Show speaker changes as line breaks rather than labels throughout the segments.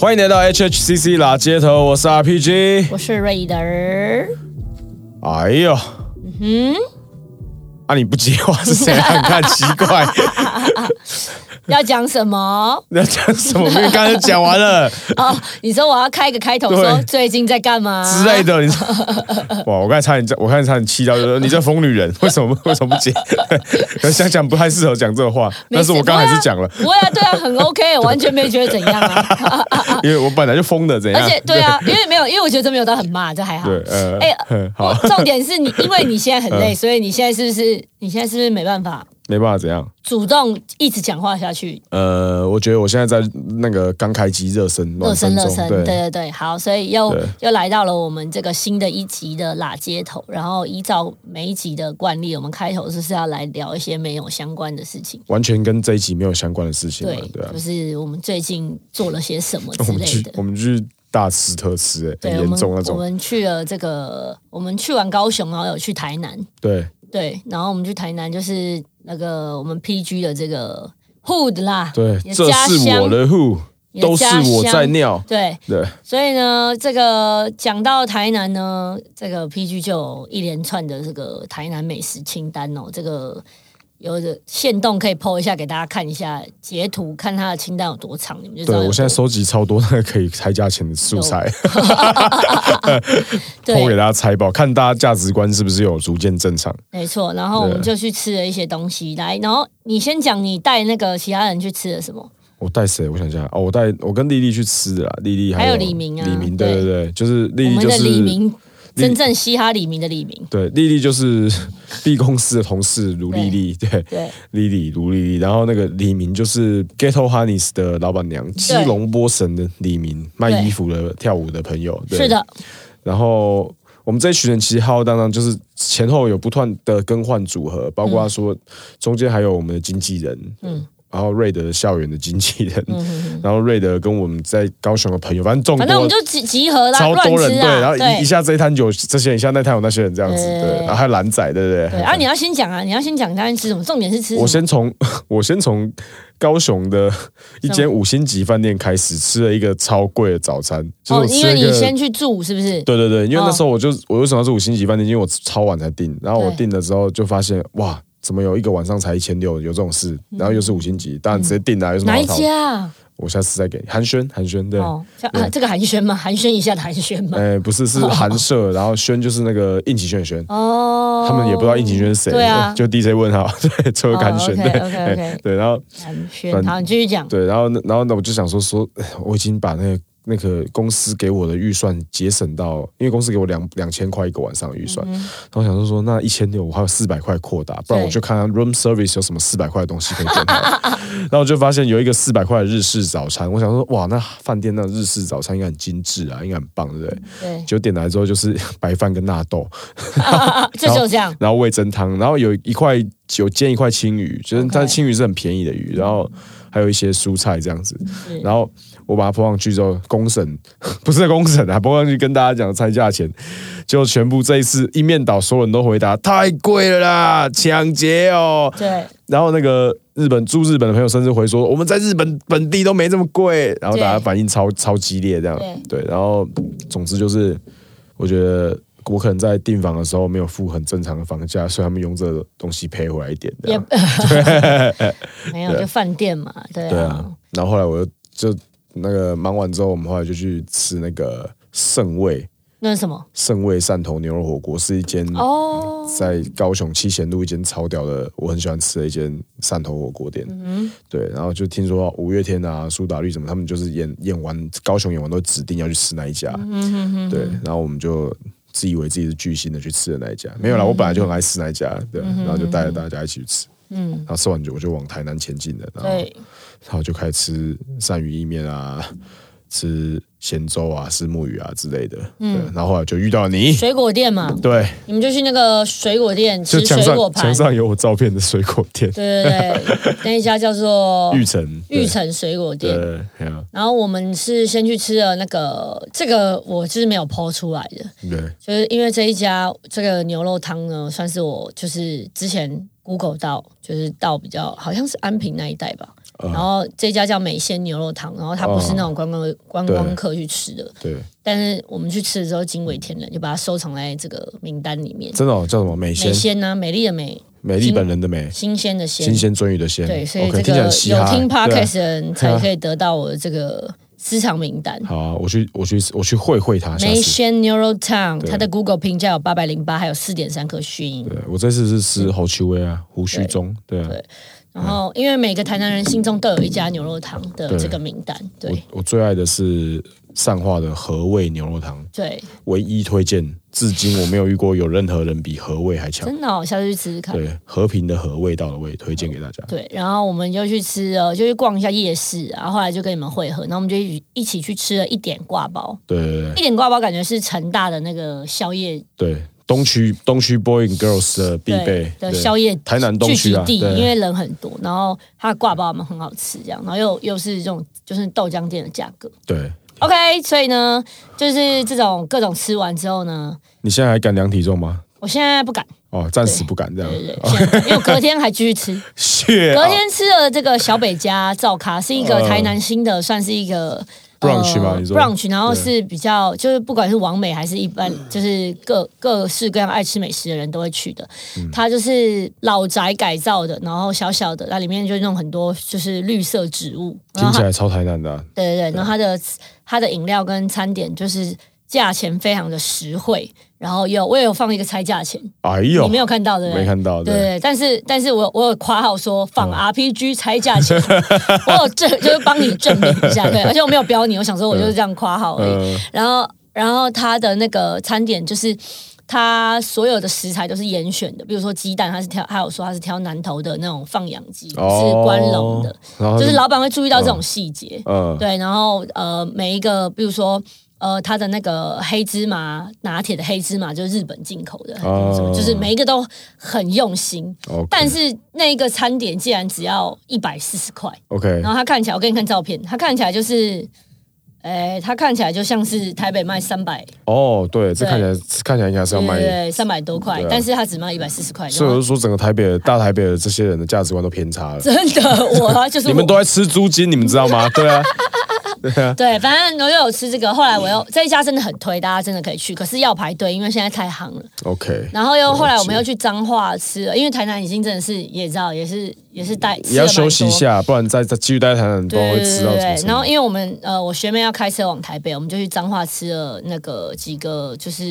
欢迎来到 HHCC 啦街头，我是 RPG。
我是瑞德儿，
哎呦，
嗯，
啊你不接话是谁啊？你看奇 怪，
要讲
？
什么
你要讲什么？因为刚才讲完了
哦，你说我要开个开头
对
说最近在干嘛
之类的，你说哇，我刚才差点在，我刚才差点气到，就说你这疯女 人，为什么为什么不接？可是想想不太适合讲这个话，
没
但
事
是我刚才还是讲了，
不会啊，对啊，很 OK，我完全没觉得怎样啊。
因为我本来就疯的，怎样？
而且对啊，因为没有，因为我觉得这没有到很骂，这还好。
对，呃，
哎、
嗯
我
好，嗯
重点是你，因为你现在 很累，所以你现在是不是？你现在是不是没办法
没办法，怎样？
主动一直讲话下去？
呃，我觉得我现在在那个刚开机热身，
热身
暖
热
中
身，
对，
对对对，好，所以又
对
又来到了我们这个新的一集的拉街头，然后依照每一集的惯例，我们开头就是要来聊一些没有相关的事情，
完全跟这一集没有相关的事情嘛
对，，
对啊
就，是我们最近做了些什么
哦我
之
们
类
去
的。
我们去大吃特吃，哎，
对，
很
我
严
们
重那
我
种，
们去了这个，我们去完高雄，然后有去台南，
对，
对，然后我们去台南就是那个我们 PG 的这个 Hood 啦，
对
你，的
这
家
是我
乡
的 who，
你的
都是
家
我在
乡
尿，
对，
对，
所以呢，这个讲到台南呢，这个 PG 就有一连串的这个台南美食清单哦，这个有的限动可以 PO 一下给大家看一下截图，看它的清单有多长，你们就知
对
道有多。
我现在收集超多那个可以拆价钱的素材， 我给
对，
大家拆爆，看大家价值观是不是有逐渐正常。
没错。然后我们就去吃了一些东西，来，然后你先讲你带那个其他人去吃了什么？
我带谁？我想想哦，我带我跟丽丽去吃的啦，丽丽
还
有
有李明啊
李明对对对，就是丽丽
我们
就
的
是
李明，真正嘻哈李明的李明，
对，丽丽就是 B 公司的同事卢丽丽，对，
对
丽丽卢丽丽，然后那个李明就是 Ghetto Honeys 的老板娘，基隆波神的李明，卖衣服的、跳舞的朋友，对
是，的，
然后我们这一群人其实浩浩荡荡，就是前后有不断的更换组合，包括说
嗯
中间还有我们的经纪人，嗯，然后瑞德的校园的经纪人，然后瑞德跟我们在高雄的朋友，反正众多，
嗯反正我们就集集合啦，
超
乱
多人
吃
对，然
啊，
后一一
对。
下这一摊有这些人，一下那摊有那些人这样子，
对
对，然后还有蓝仔，对不
对，
对？
啊，你要先讲啊，你要先讲他吃什么，重点是吃什么
我。先从 我先从高雄的一
什
间五星级饭店开始吃了一个超贵的早餐，就是
哦
我，
因
吃了
为
一
你
个。
先去住是不是？
对对对，因为那
哦
时候我就、我为什么要住五星级饭店？因为我超晚才订，然后我
对
订了之后就发现哇，怎么有一个晚上才一千六，有这种事？然后又是五星级，当然直接订啦、有什么
嗯哪
好
一
讨？
家啊？
我下次再给你寒暄，寒暄对。
哦，像啊，这个寒暄吗？寒暄一下的寒暄吗？
哎、不是，是寒舍，然后轩就是那个应启轩的轩，
哦，
他们也不知道应启轩是谁，
对啊，
就 DJ 问号，对，抽
哦
寒暄，对
OK，OK，OK
哎对，然后
寒
反
暄。好，你继续讲。
对，然后那然后呢，我就想说说，哎我已经把那个那个公司给我的预算节省到，因为公司给我两两千块一个晚上的预算，然后我想说说那一千六我还有四百块扩大，不然我
嗯对
就看看 room service 有什么四百块的东西可以点好。 然后我就发现有一个四百块的日式早餐，我想说哇，那饭店那日式早餐应该很精致啊，应该很棒，对不对？
嗯对，
结果点来之后就是 白饭跟纳豆，
啊这就这样。
然后味增汤，然后有一块有煎一块青鱼，就是
OK 嗯
但青鱼是很便宜的鱼，然后还有一些蔬菜这样子
是。
然后我把它泼上去之后，公审 不是公审啊，泼上去跟大家讲猜价钱，就全部这一次一面倒，所有人都回答太贵了啦，抢劫哦。
对，
然后那个日本住日本的朋友甚至回说，我们在日本本地都没这么贵，然后大家
对
反应超超激烈这样，对，然后总之就是，我觉得我可能在订房的时候没有付很正常的房价，所以他们用这个东西赔回来一点这
也
样，
没有，就饭店嘛。对
对
啊
啊，，然后后来我就就那个忙完之后，我们后来就去吃那个盛味
那是什么？
盛味汕头牛肉火锅，是一间
哦，
在高雄七贤路一间超屌的，我很喜欢吃的一间汕头火锅店。对，然后就听说五月天啊、苏打绿什么，他们就是演演完高雄演完都指定要去吃那一家。对，然后我们就自以为自己是巨星的去吃的那一家，没有啦，我本来就很爱吃那一家，对，然后就带着大家一起去吃。嗯，然后吃完就我就往台南前进了，然后
对，
然后就开始吃鳝鱼意面啊，吃咸粥啊，吃木鱼啊之类的。嗯，然后后来就遇到你，
水果店嘛，
对，
你们就去那个水果店
就
吃
墙
水
上
果
墙
盘。
上有我照片的水果店，
对对 对，那一家叫做
玉成
哦玉成水果
对，
店。
对哎呀
然后我们是先去吃了那个，这个我就是没有剖出来的，
对
就是因为这一家这个牛肉汤呢，算是我就是之前 Google 到，就是到比较好像是安平那一带吧，
嗯
然后这家叫美鲜牛肉汤，然后它不是那种观光观光客去吃的，
对，
但是我们去吃的时候惊为天人，就把它收藏在这个名单里面。
真的、哦、叫什么美
美
鲜
鲜呢、美丽的美，
美丽本人的美，
新鲜的鲜，
新鲜鳟鱼的鲜。
对，所以
OK，
这
听起
个
来很嘻哈
有听
对啊
podcast 的 人才可以得到我的这个私藏名单。
好啊，我去我去我去会会他，下
梅
次。
鲜牛肉汤，
对
它的 Google 评价有八百零八，还有四点三颗星。
对我这次是吃侯秋威啊，胡须中，对啊，
对然后，因为每个台南人心中都有一家牛肉汤的
对
这个名单，对
我我最爱的是善化的和味牛肉汤，
对，
唯一推荐，至今我没有遇过有任何人比和味还强。
真的哦，我下次去吃吃看。
对，和平的和味道的味，推荐给大家。
对，然后我们就去吃了，就去逛一下夜市，啊然后后来就跟你们会合，然后我们就一起一起去吃了一点挂包。
对对对
一点挂包感觉是成大的那个宵夜
对，东区东区 Boy and Girls 的必备
对的宵夜
台南东
聚
区
集
啊，
地，
对
因为人很多，然后它的挂包们很好吃，这样，然后又又是这种就是豆浆店的价格。
对，
OK，所以呢，就是这种各种吃完之后呢，
你现在还敢量体重吗？
我现在不敢，
哦，暂时不敢这样啊
对。对，现在因为我隔天还继续吃，
谢
隔天吃了这个小北家灶咖，是一个台南新的，算是一个。
brunch 吗你说
b r u n c h 然后是比较就是不管是王美还是一般，就是各各式各样爱吃美食的人都会去的。它就是老宅改造的，然后小小的，那里面就弄很多就是绿色植物，然
听
后
起
它
来超台南的啊、
对对对，然后它的它的饮料跟餐点就是价钱非常的实惠，然后有我也有放一个猜价钱，
哎呦，
你没有看到对不对？
没看到
对
对嗯
对，但是但是我我有夸号说放 RPG 拆价 钱，我有证就是帮你证明一下，对，而且我没有标你，我想说我就是这样夸号而已。
呃，
然后然后它的那个餐点就是。它所有的食材都是严选的，比如说鸡蛋，它是挑，还有说它是挑南投的那种放养鸡，是关笼的，，
哦然后
就是老板会注意到这种细节。
嗯，
对，然后呃，每一个比如说呃，它的那个黑芝麻拿铁的黑芝麻就是日本进口的，
哦
什么就是每一个都很用心。
OK，
但是那一个餐点竟然只要一百四十块，
OK，
然后它看起来，我给你看照片，它看起来就是，诶，它看起来就像是台北卖三百，
哦，对，这
对
看起来看起来应该是要
对
卖
对，对，三百多块
对啊，
但是它只卖一百四十块，
所以我就说整个台北
哎
的大台北的这些人的价值观都偏差了。
真的，我啊就是
你
我
们都在吃租金，你们知道 吗？对啊，
对，反正我又有吃这个，后来我又这一家真的很推，大家真的可以去，可是要排队，因为现在太夯了。
OK，
然后又后来我们又去彰化吃了，因为台南已经真的是也知道，也是也是待
嗯也要休息一。下，不然再再继续待在台南，不知道会
吃了蛮多对
吃
对
到什么
对对
程
对，
度
然后因为我们呃，我学妹要开车往台北，我们就去彰化吃了那个几个就是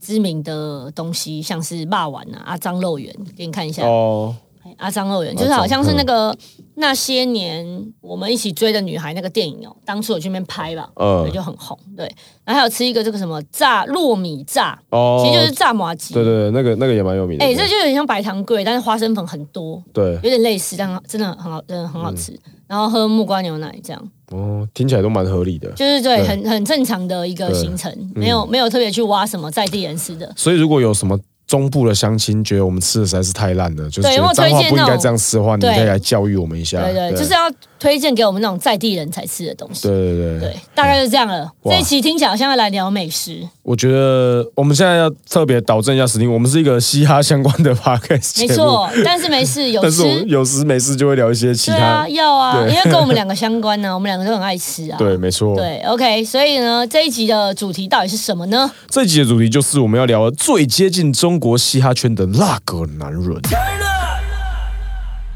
知名的东西，像是霸丸啊、阿张肉圆，给你看一下。
哦，啊嗯
阿张肉圆，就是好像是那个那些年我们一起追的女孩那个电影哦，当初有去那边拍吧，
嗯
对，就很红。对，然后还有吃一个这个什么炸糯米炸，
哦，
其实就是炸麻吉。
对对对，那个那个也蛮有名的。
哎、这就有点像白糖桂，但是花生粉很多，
对
有点类似，但真的很好，真的很好吃。
嗯
然后喝木瓜牛奶，这样
哦，听起来都蛮合理的。
就是对，
对嗯
很很正常的一个行程，没有、没有特别去挖什么在地人吃的。
所以如果有什么中部的乡亲觉得我们吃的实在是太烂了，就是觉
对因
得
为我推
脏
荐
话不应
那
该
种
这样吃的话，你
对
可以来教育我们一下。
对对，就是要推荐给我们那种在地人才吃的东西。
对对对
对，大概就这样了。
哇
这一期听起来好像要来聊美食，
我觉得我们现在要特别导正一下时令，我们是一个嘻哈相关的 podcast
没
节目，
错，但是没事，有
但是我们
吃。
有时没事就会聊一些其
对
他
啊，。要啊，
对
因为跟我们两个相关呢、我们两个都很爱吃 啊。
对，没错。
对，OK，所以呢，这一集的主题到底是什么呢？
这集的主题就是我们要聊最接近中国嘻哈圈的那个男人。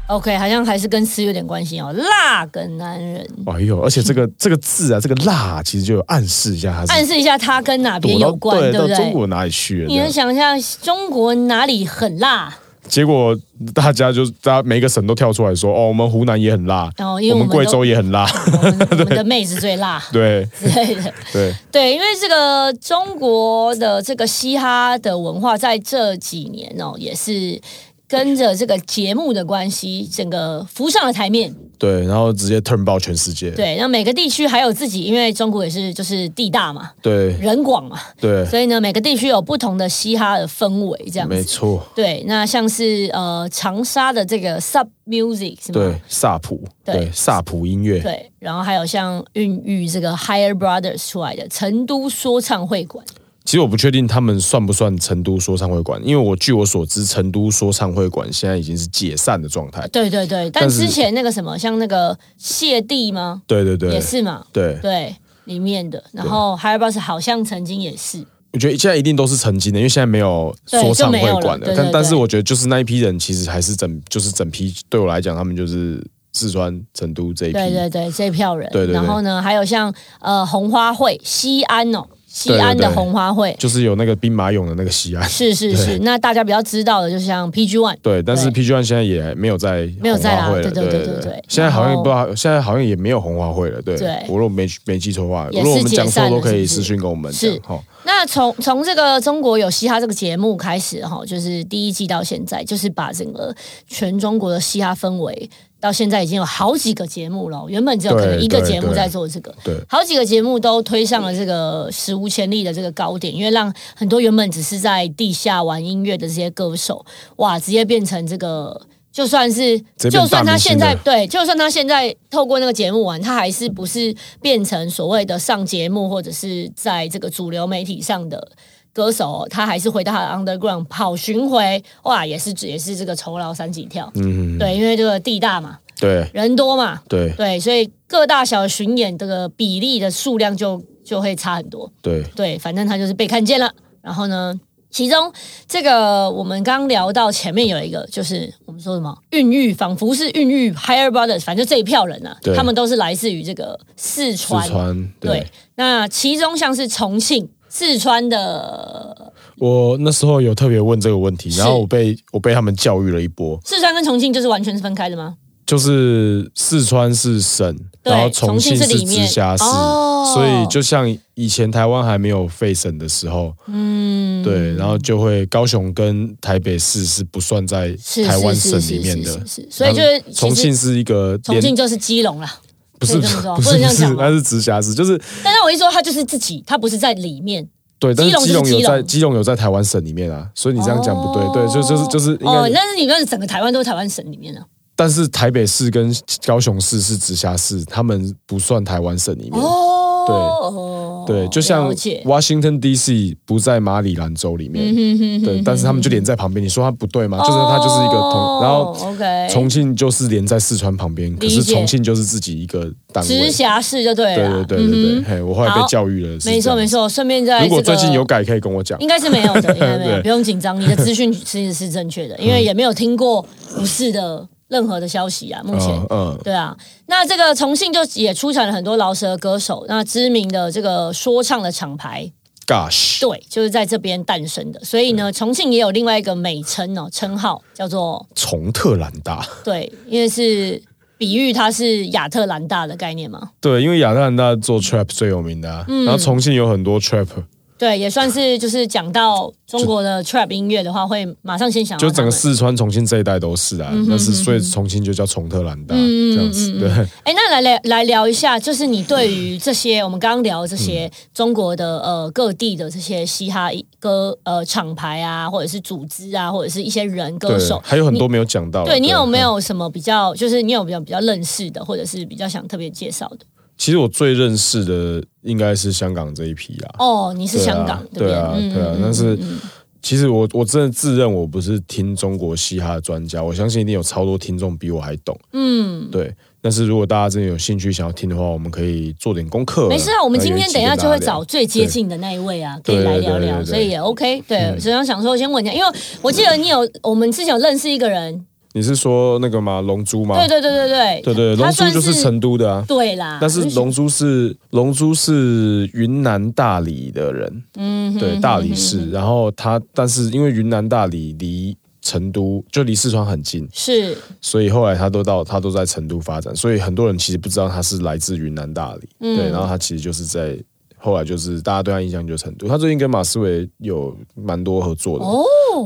OK，好像还是跟吃有点关系哦。辣跟男人，
哎呦，而且这个这个字啊，这个辣其实就有暗示一下他是
暗示一下他跟哪边
躲到
有关，对
对，
不
到中
对？
国哪里去了？
你
这样
能想象中国哪里很辣？
结果大家就大家每个省都跳出来说，哦，我们湖南也很辣，
哦因为
我
我
们
们
贵州也 很辣，
我们我们的妹子最辣
对
之类的。
对
对，因为这个中国的这个嘻哈的文化，在这几年哦，也是跟着这个节目的关系，整个浮上了台面。
对，然后直接 turn 爆全世界，
对，那每个地区还有自己，因为中国也是就是地大嘛，
对
人广嘛，
对，
所以呢，每个地区有不同的嘻哈的氛围，这样
没
子。
错，
对，那像是呃长沙的这个 sub music 是吗？
对萨普，
对
对萨普音乐，
对然后还有像孕育这个 Higher Brothers 出来的成都说唱会馆，
其实我不确定他们算不算成都说唱会馆，因为我据我所知，成都说唱会馆现在已经是解散的状态。
对对对，但
但是
之前那个什么，像那个谢帝吗？
对对对，
也是嘛，
对，
对，里面的。然后 h i r b u s 好像曾经也是，
我觉得现在一定都是曾经的，因为现在没有说唱会馆
对就没有了对
的。
对
但
对
但是我觉得就是那一批人，其实还是整就是整批，对我来讲，他们就是四川、成都这一批。
对对对，这票人。
对对对
然后呢，还有像呃红花会，西安哦，西安
对
的
对对
红花会，
就是有那个兵马俑的那个西安，
是是是。那大家比较知道的，就像 PG One，
对，但是
对
PG One 现在也没有在
没有在
红
啦
花会了，
对对
对
对对对
现在好像
然
也
后
不知道，现在好像也没有红花会了，对。
对
我如果没没记错的话，
也
如
是
果我们讲
解散
错
了
都可以
是不是
私讯跟我们
是
讲。哦，
那从从这个中国有嘻哈这个节目开始哈，就是第一季到现在，就是把整个全中国的嘻哈氛围到现在已经有好几个节目了。原本只有可能
对
一个
对
节目
对
在做这个，
对
好几个节目都推上了这个史无前例的这个高点，因为让很多原本只是在地下玩音乐的这些歌手，哇，直接变成这个。就算是，
直接变
就算
大
他
明星
现在
了
对，就算他现在透过那个节目玩，他还是不是变成所谓的上节目或者是在这个主流媒体上的歌手，他还是回到他的 underground 跑巡回，哇，也是也是这个酬劳三级跳，
嗯，
对，因为这个地大嘛，
对
人多嘛，
对
对，所以各大小巡演这个比例的数量就就会差很多。
对
对，反正他就是被看见了。然后呢，其中这个我们刚聊到前面有一个，就是我们说什么孕育，仿佛是孕育 Higher Brothers，反正就这一票人啊，
对
他们都是来自于这个四川。
四川，
对
对，
那其中像是重庆、四川的
我那时候有特别问这个问题，
是
然后我被我被他们教育了一波，
四川跟重庆就是完全是分开的吗？
就是四川是省，
对
然后重庆
重庆是里面
直辖市，
哦
所以就像以前台湾还没有废省的时候，
嗯，
对，然后就会高雄跟台北市是不算在
是
台湾
是
省
是
里
是
面
是
的
是，是，所以就是其实
重庆是一个
重
连
庆就是基隆啦。
不是
可
不
以这
是
么说
不
不能
是
这样
不是，
讲哦吗
它是直辖市，就是
但是我一说，他就是自己，他不是在里面。
对，但是
基
基
隆
隆
就
有
是基隆
在基隆有在台湾省里面啊，所以你这样讲不对，
哦
对，就就是就是应
哦，
该，
但是你们整个台湾都是台湾省里面的、啊。
但是台北市跟高雄市是直辖市，他们不算台湾省里面。
哦，
对，就像
了解
Washington D.C. 不在马里兰州里面，
嗯哼哼
对，但是他们就连在旁边。你说它不对吗？就是它就是一个同，然后
哦 OK
重庆就是连在四川旁边，可
理
是
解
重庆就是自己一个单位
直。辖市就对
对
了啦。
对对对对，
嗯
嘿，我后来
好
被教育了。是
哼没
这
错
样
没。错。顺便在、
如
这个、
果最近有。改，可以跟我讲
应。该是没有 的，应该没有，
对嗯
不用紧张。你的资讯其实是正确的，因为也没有听过不是的任何的消息啊。目前，
嗯嗯，
对啊，那这个重庆就也出产了很多饶舌歌手，那知名的这个说唱的厂牌，
，Gosh，
对，就是在这边诞生的。所以呢，重庆也有另外一个美称哦，称号叫做
从特兰大。
对，因为是比喻它是亚特兰大的概念嘛，
对，因为亚特兰大
嗯
做 trap 最有名的啊，然后重庆有很多 trap，
哦对，也算是就是讲到中国的 trap 音乐的话，会马上先想到
就整个
他们嗯
四川、重庆这一带都是啊。但是所以重庆就叫从特兰大
嗯嗯
这样子。对，
哎，那来来来聊一下，就是你对于这些我们刚刚聊的这
嗯
些中国的呃各地的这些嘻哈歌呃厂牌啊，或者是组织啊，或者是一些人歌
对哦嗯
手，
还有很多没有讲到的。
对你有没有什么比较，就是你有比较比较认识的，或者是比较想特别介绍的？
其实我最认识的应该是香港这一批啦。
哦，你是
对啊
香港这
对
边
啊，
嗯
对啊
嗯，
但是
嗯嗯
其实我我真的自认我不是听中国嘻哈的专家，我相信一定有超多听众比我还懂。
嗯，
对，但是如果大家真的有兴趣想要听的话，我们可以做点功课。
没事啊，我们今天等一下就会找
然后
最接近的那一位啊，可以
对
来
对
聊
对对
聊，
对嗯
所以也 OK。对，所以我想说先问一下，因为我记得你有我们之前有认识一个
一起
人，
跟大家聊。你是说那个吗？龙珠吗？
对对对对
啊对对
他
龙珠
算
就是成都的啊。
对啦，
但是龙珠是龙珠是云南大理的人，
嗯哼
对大理市。然后他，但是因为云南大理离成都就离四川很近，
是
所以后来他都到他都在成都发展，所以很多人其实不知道他是来自云南大理，
嗯
对，然后他其实就是在后来就是大家对他印象就是成都，他最近跟马思唯有蛮多合作的，
哦，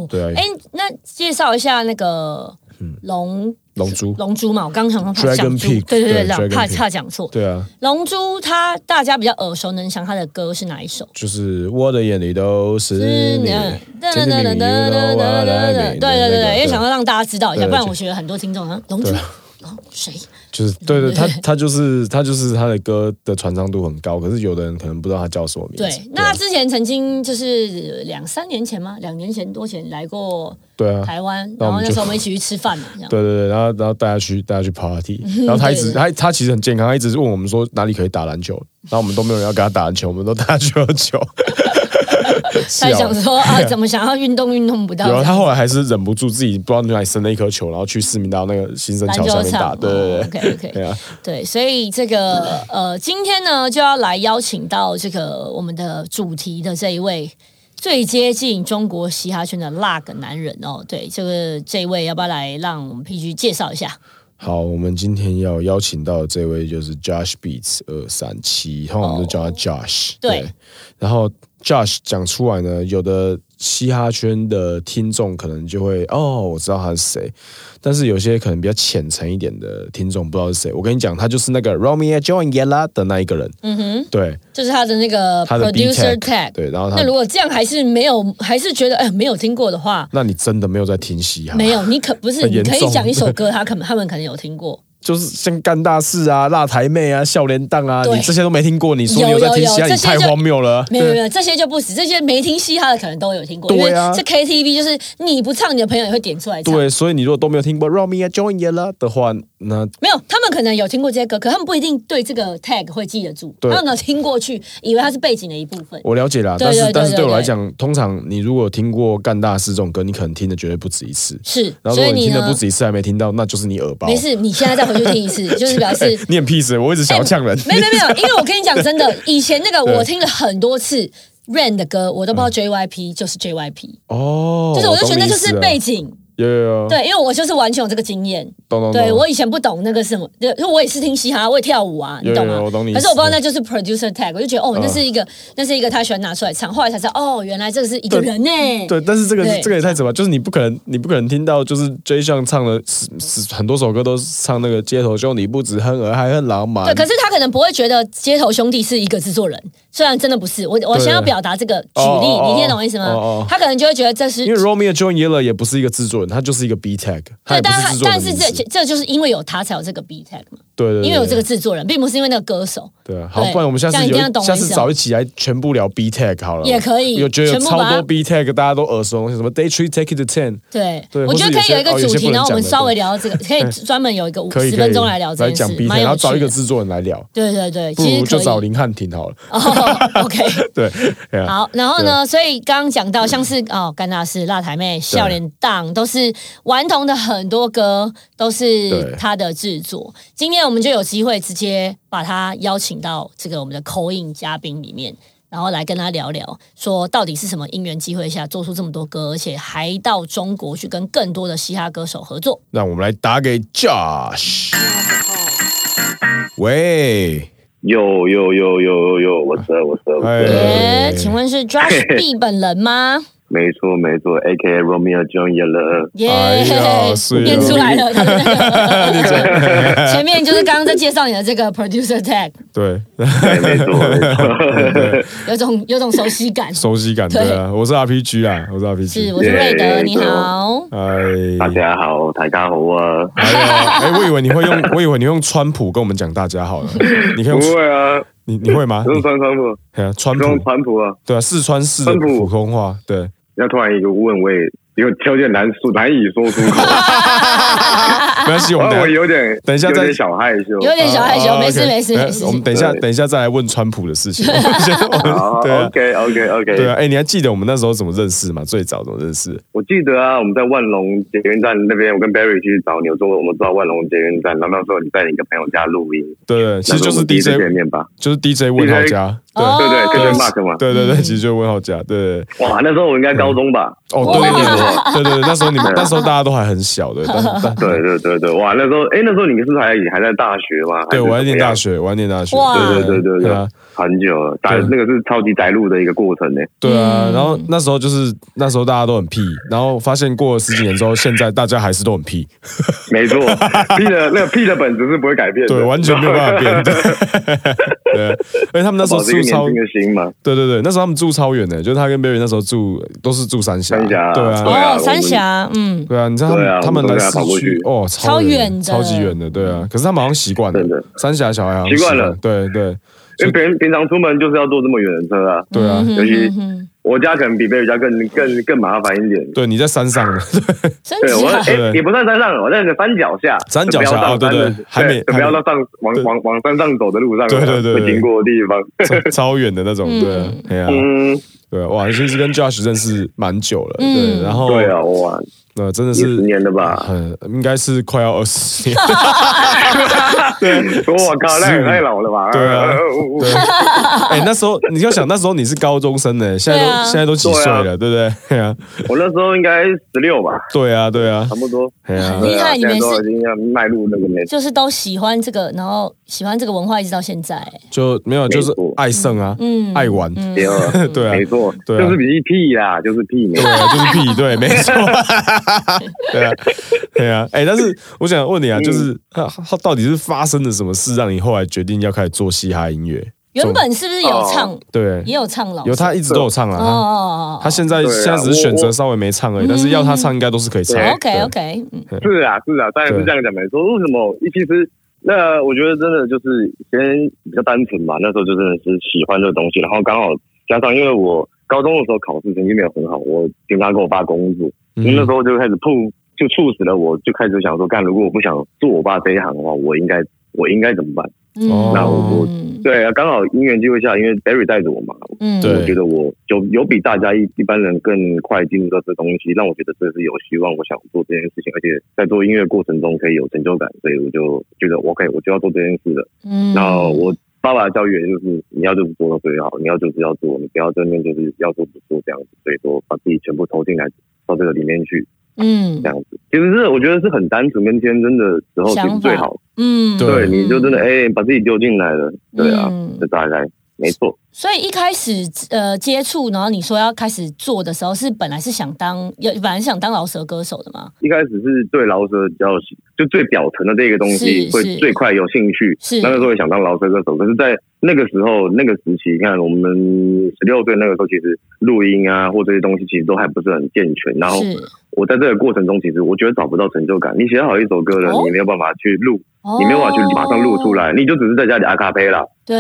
对啊
哎，那介绍一下那个龙
龙珠，
龙珠嘛，我刚刚想说怕
Dragon
讲猪，对
Peak，
对
对
对，怕
Dragon Peak
怕讲错。
对啊，
龙珠它大家比较耳熟能详，它的歌是哪一首？
就是我的眼里都是你，
噔
真
噔
的
噔
你
噔噔噔噔噔
you know what I
噔，对
mean，
对对
那个
对，因为想要让大家知道一下，
对哦
不然我觉得很多听众啊，龙珠
对
龙谁
就是对对，他他就是他就是他的歌的传唱度很高，可是有的人可能不知道他叫什么名字。
对，那之前曾经就是两三年前吗？两年前多前来过
对啊，
台湾，
那
然
我
后
们就
那时候我们一起去吃饭嘛，这样。
对对对，然后然后带他去带他去 party，然后他一直他他其实很健康，他一直问我们说哪里可以打篮球，然后我们都没有人要跟他打篮球，我们都带他去喝酒。
哦他
是啊
想说啊，怎么想要运动运动不到？
有啊，
这
他
样
后来还是忍不住自己不知道哪里生了一颗球，然后去市民大道那个新生
篮
桥
球
上面打。
场哦
对对对，
，OK OK，
对啊，
对，所以这个呃，今天呢就要来邀请到这个我们的主题的这一位最接近中国嘻哈圈的辣个男人哦，对，这个这一位要不要来让我们 PG 介绍一下？
好，我们今天要邀请到这位就是 Josh Beats 二三七，然后我们就叫他 Josh、
对
然后 Josh 讲出来呢，有的嘻哈圈的听众可能就会哦，我知道他是谁，但是有些可能比较浅层一点的听众不知道是谁。我跟你讲，他就是那个 Romeo Joan Yella 的那一个人。嗯哼，对，
就是他的那个
他的 B
producer
tag，
tag。
对，然后他
那，如果这样还是没有，还是觉得哎没有听过的话，
那你真的没有在听嘻哈？
没有，你可不是
很
你
严
可以
重
讲一首歌，他可能他们可能有听过。
就是像干大事啊、辣台妹啊、笑脸档啊，
对
你这些都没听过，你说你
有
在听
有
嘻哈，
有
你
这些
太
就
荒谬了。
没有
对
没有没有，这些就不止，这些没听嘻哈的可能都有听过，因为
对啊
这 KTV 就是你不唱，你的朋友也会点出来唱。
对，所以你如果都没有听过 Romeo Join y e l l 的话，那
没有，他们可能有听过这些歌，可他们不一定对这个 tag 会记得住，他
对
们有听过去，以为它是背景的一部分。
我了解啦。
对
但是
对对
但是对
对
我
对
来讲，通常你如果听过干大事这种歌，你可能听的绝对不止一次。
是，
然后如
所以
果你
你
听的
呢
不？止一次还没听到，那就是你耳包。
没事，你现在再回去听一 次，就是表示
哎，你很 peace，欸我一直想要呛人。
没有没有没有，因为我跟你讲真 的，以前那个
对嗯
我听了很多次 Rain 的歌，我都不知道 JYP 就是 JYP，
哦，
就是我就觉得那就是背
被
景，
有有有，
对，因为我就是完全有这个经验。
懂懂
对
懂
我以前不懂那个什么，对因为我也是听嘻哈，我也跳舞啊，你懂
有
吗？
有有我懂嗯你
可是我不知道
意思
那就是 producer tag，我就觉得哦，那是一个，那是一个他喜欢拿出来唱，后来才知道哦，原来这个是一个人呢、
对，但是这个
对
这个也太怎么，就是你不可能，你不可能听到，就是 J 项唱了十十很多首歌都是唱那个街头兄弟，不止哼儿还哼狼嘛。
对，可是他可能不会觉得街头兄弟是一个制作人，虽然真的不是。我我
对
想要表达这个举
哦
例，
哦
你听得懂我意思吗？
哦哦
他可能就会觉得这是
因为 Romeo Joan Yella 也不是一个制作人，他就是一个 B tag，他也
对，
不
但
是
他
制作人
但
的
是
名字。
这这这就是因为有他才有这个 B tag 嘛，
对对对，
因为有这个制作人，并不是因为那个歌手。
对啊，好，
对
不然我们下次
这样一
有
定要懂我
下
意
次
思
找
哦
一起来全部聊 B tag 好了，
也可以
有觉得有
全部把
超
它
多 B tag 大家都耳熟，像什么 Day Tree Take It to Ten，
对，
对
我觉得可以有一
或
个
是有些哦有
主题，
些不能
然后我们
讲的
稍微聊这个， 可以专门有一个五
可以
十
可以
分钟来聊这
来
件事
讲，B tag，
蛮有
然后找一个
趣的
制作人来聊，
对对对，
不
其
如
实
就
可以。
找林汉廷好了，
哦，OK，
对，哎呀
好，然后呢？所以刚刚讲到，像是哦，干大师、辣台妹、笑脸档，都是顽童的很多歌都是
对
他的制作。今天我们就有机会直接把他邀请到这个我们的口音嘉宾里面，然后来跟他聊聊，说到底是什么因缘机会下做出这么多歌，而且还到中国去跟更多的嘻哈歌手合作。
让我们来打给 Josh。喂，
有有有有有有，我知道我知道，我知道
哎
耶、
对
请问是 Josh B 本 人吗？
没错没错，A K A Romeo John Yella，
耶、
哎呀是
念出 来了。对不对前面就是刚刚在介绍你的这个 producer tag，
对，
对哎没错没 错，
有种有种熟悉感。
熟悉感，对啊，我是 RPG 啊，我是 RPG，
是，我是瑞德，
耶
你好。
大
哎。
家好，大家好啊，
哎呀，哎，我以为你会用， 我以为你会用川普跟我们讲大家 好了，你可以
不
用
会啊，
你你会吗？
不
你
用穿川普，
哎呀，川
不
普
用川普啊，
对啊，四川市的
川普
普通话，
啊
对，
要突然一个问我也有有点难说难以说出 口，
没关系，我们
啊我
等一下
有点
等一下
有
再
点小害羞，
有点小害羞
啊
没事
OK，
没事
哎
没事
我们等一下
对
等一下再来问川普的事 情。我们先我
好
们 对啊
OK OK
对啊，
OK，
哎，你还记得我们那时候怎么认识吗？最早怎么认识？
我记得啊，我们在万隆捷运站那边，我跟 Barry 去找你，我说我们到万隆捷运站，然后那时候你在你的朋友家录音，
对对，其实就
那时候
是
我们第一次
DJ
见面吧，
就是 DJ 问号家，对
哦
对对，
对
对对 Mark 嘛，
对对
嗯
对，其实就是问号家，对对。
哇，那时候我应该高中吧？
哦，对对对对对，那时候你 们那时候大家都还很小的，但但
对对对对，哇，那时候，哎，那时候你是不是还还在大学吗？
对我
还
还
是
念
怎么样
大，学，我还念大学，
哇
对对对对
啊
对，很久了，宅
对
那个是超级宅路的一个过程呢。
对啊，
嗯
然后那时候就是那时候大家都很屁，然后发现过了十几年之后，现在大家还是都很屁，
没 错，P 的那个 P 的本质是不会改变的，
对，完全没有办法变。对，对而且他们那时候出
这
住
年
超
轻的心嘛，
对对对，那时候他们住超远的，就是他跟 Barry 那时候住都是住三峡，
三峡
对
对
啊，
啊
哦，
我
三
们
峡，嗯，
对啊，你知道他们、
对啊
他们
我们
来
都给他
市
跑过
区
去
哦，
超远
远
的
超级远的，对啊，可是他们好像习惯
真
了
的，
三峡小孩好像
习惯了
对对
因为平平常出门就是要坐这么远的车啊。
对啊
嗯，哼
尤其
哼哼
我家可能比贝尔家更更更麻烦一点。
对，你在山上，
真
对，我
假
啊对
哎、也不算山上，我在那山脚下，
山脚下
就不要
哦
上
对
山
对
的，
还没
就不要到上往
对
往往山上走的路上，啊
对对对对
会经过的地方。
超超远的那种，
嗯
对啊，哎呀、
嗯，
对啊，哇，其实跟 Josh 认识蛮久了，
嗯
对，然后
对啊，哇，
那、呃真的
几
是
十年了吧？
很应该是快要二十 年，
我靠，那
15
也太老了吧？
对啊
对
对，哎、那时候你要想，那时候你是高中生呢，现在都、
对啊
现在都几岁了，对不对？ 对啊，
我那时候应该十六吧，
对啊，对啊
差，不多。
哎呀、
厉
对啊
害你
现
们
在
是
都已经要迈入那个年
就是都喜欢这个，然后喜欢这个文化一直到现在。哎
就没有就是
没错
爱胜啊，
嗯
爱玩，
纪了。
对啊
没，错，
对啊
就是比屁啦，就是屁，没
对
错。
啊，就是屁，对，没 错， 对啊，对啊，哎、但是我想问你
嗯
啊，就是他他到底是发生了什么事，让你后来决定要开始做嘻哈音乐？
原本是不是有
哦
唱，
对，
也有唱老？
有他一直都有唱
哦
啊，
哦嗯
他
哦哦，
他现在
对啊
现在只是选择稍微没唱而已，
我
但是要他唱应该都是可以唱。
对
OK
对
OK，嗯
是啊，是啊，当然是这样讲没错。为什么？其实那我觉得真的就是以前比较单纯嘛，那时候就真的是喜欢这个东西，然后刚好加上因为我高中的时候考试成绩没有很好，我经常跟我爸工作，
嗯
那时候就开始碰，就促使了我就开始想说，干如果我不想做我爸这一行的话，我应该我应该怎么办？
嗯
哦
那我
嗯
对啊，刚好因缘机会下，因为 Barry 带着我嘛，
嗯
对
我觉得我就有比大家一一般人更快进入到这东西，让我觉得这是有希望，我想做这件事情，而且在做音乐过程中可以有成就感，所以我就觉得 OK，我就要做这件事了。
嗯
然后我爸爸的教育也就是你要就是做到最好，你要就是要做，你不要真正就是要做不做这样子，所以说把自己全部投进来到这个里面去
嗯
这样子，其实是我觉得是很单纯跟天真的时候其
想
实
法
最好，
嗯，
对
对，你就真的哎、把自己丢进来了，对啊，
嗯
就大概没错。
所以一开始呃接触，然后你说要开始做的时候，是本来是想当，有本来是想当饶舌歌手的嘛？
一开始是对饶舌比较有兴就最表层的这个东西
是
会
是
最快有兴趣，
是
那个时候也想当饶舌歌手，可是，在那个时候那个时期，你看我们十六岁那个时候，其实录音啊或这些东西其实都还不是很健全，然后
是
我在这个过程中，其实我觉得找不到成就感。你写好一首歌了，
哦
你没有办法去录，
哦
你没有办法去马上录出，来，你就只是在家里阿卡贝啦。
对，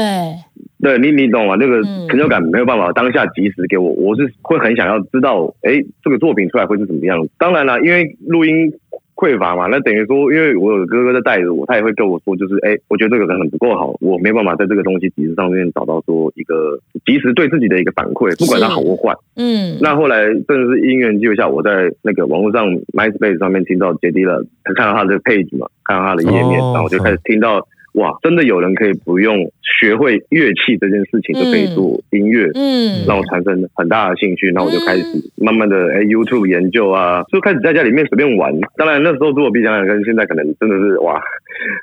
对你，你懂吗？那个
嗯
成就感没有办法当下及时给我，我是会很想要知道，哎，这个作品出来会是什么样子。当然了，因为录音匮乏嘛，那等于说，因为我有哥哥在带着我，他也会跟我说，就是哎，我觉得这个人很不够好，我没办法在这个东西及时上面找到说一个及时对自己的一个反馈，不管他好或坏。
嗯，
那后来正是因缘际会下，我在那个网络上 MySpace 上面听到杰迪了，看到他的 page 嘛，看到他的页面，
哦
然后我就开始听到，哇，真的有人可以不用学会乐器这件事情就可以做音乐。
嗯
让我产生很大的兴趣，那我就开始
嗯
慢慢的哎、YouTube 研究啊，就开始在家里面随便玩。当然那时候做比想想跟现在可能真的是哇，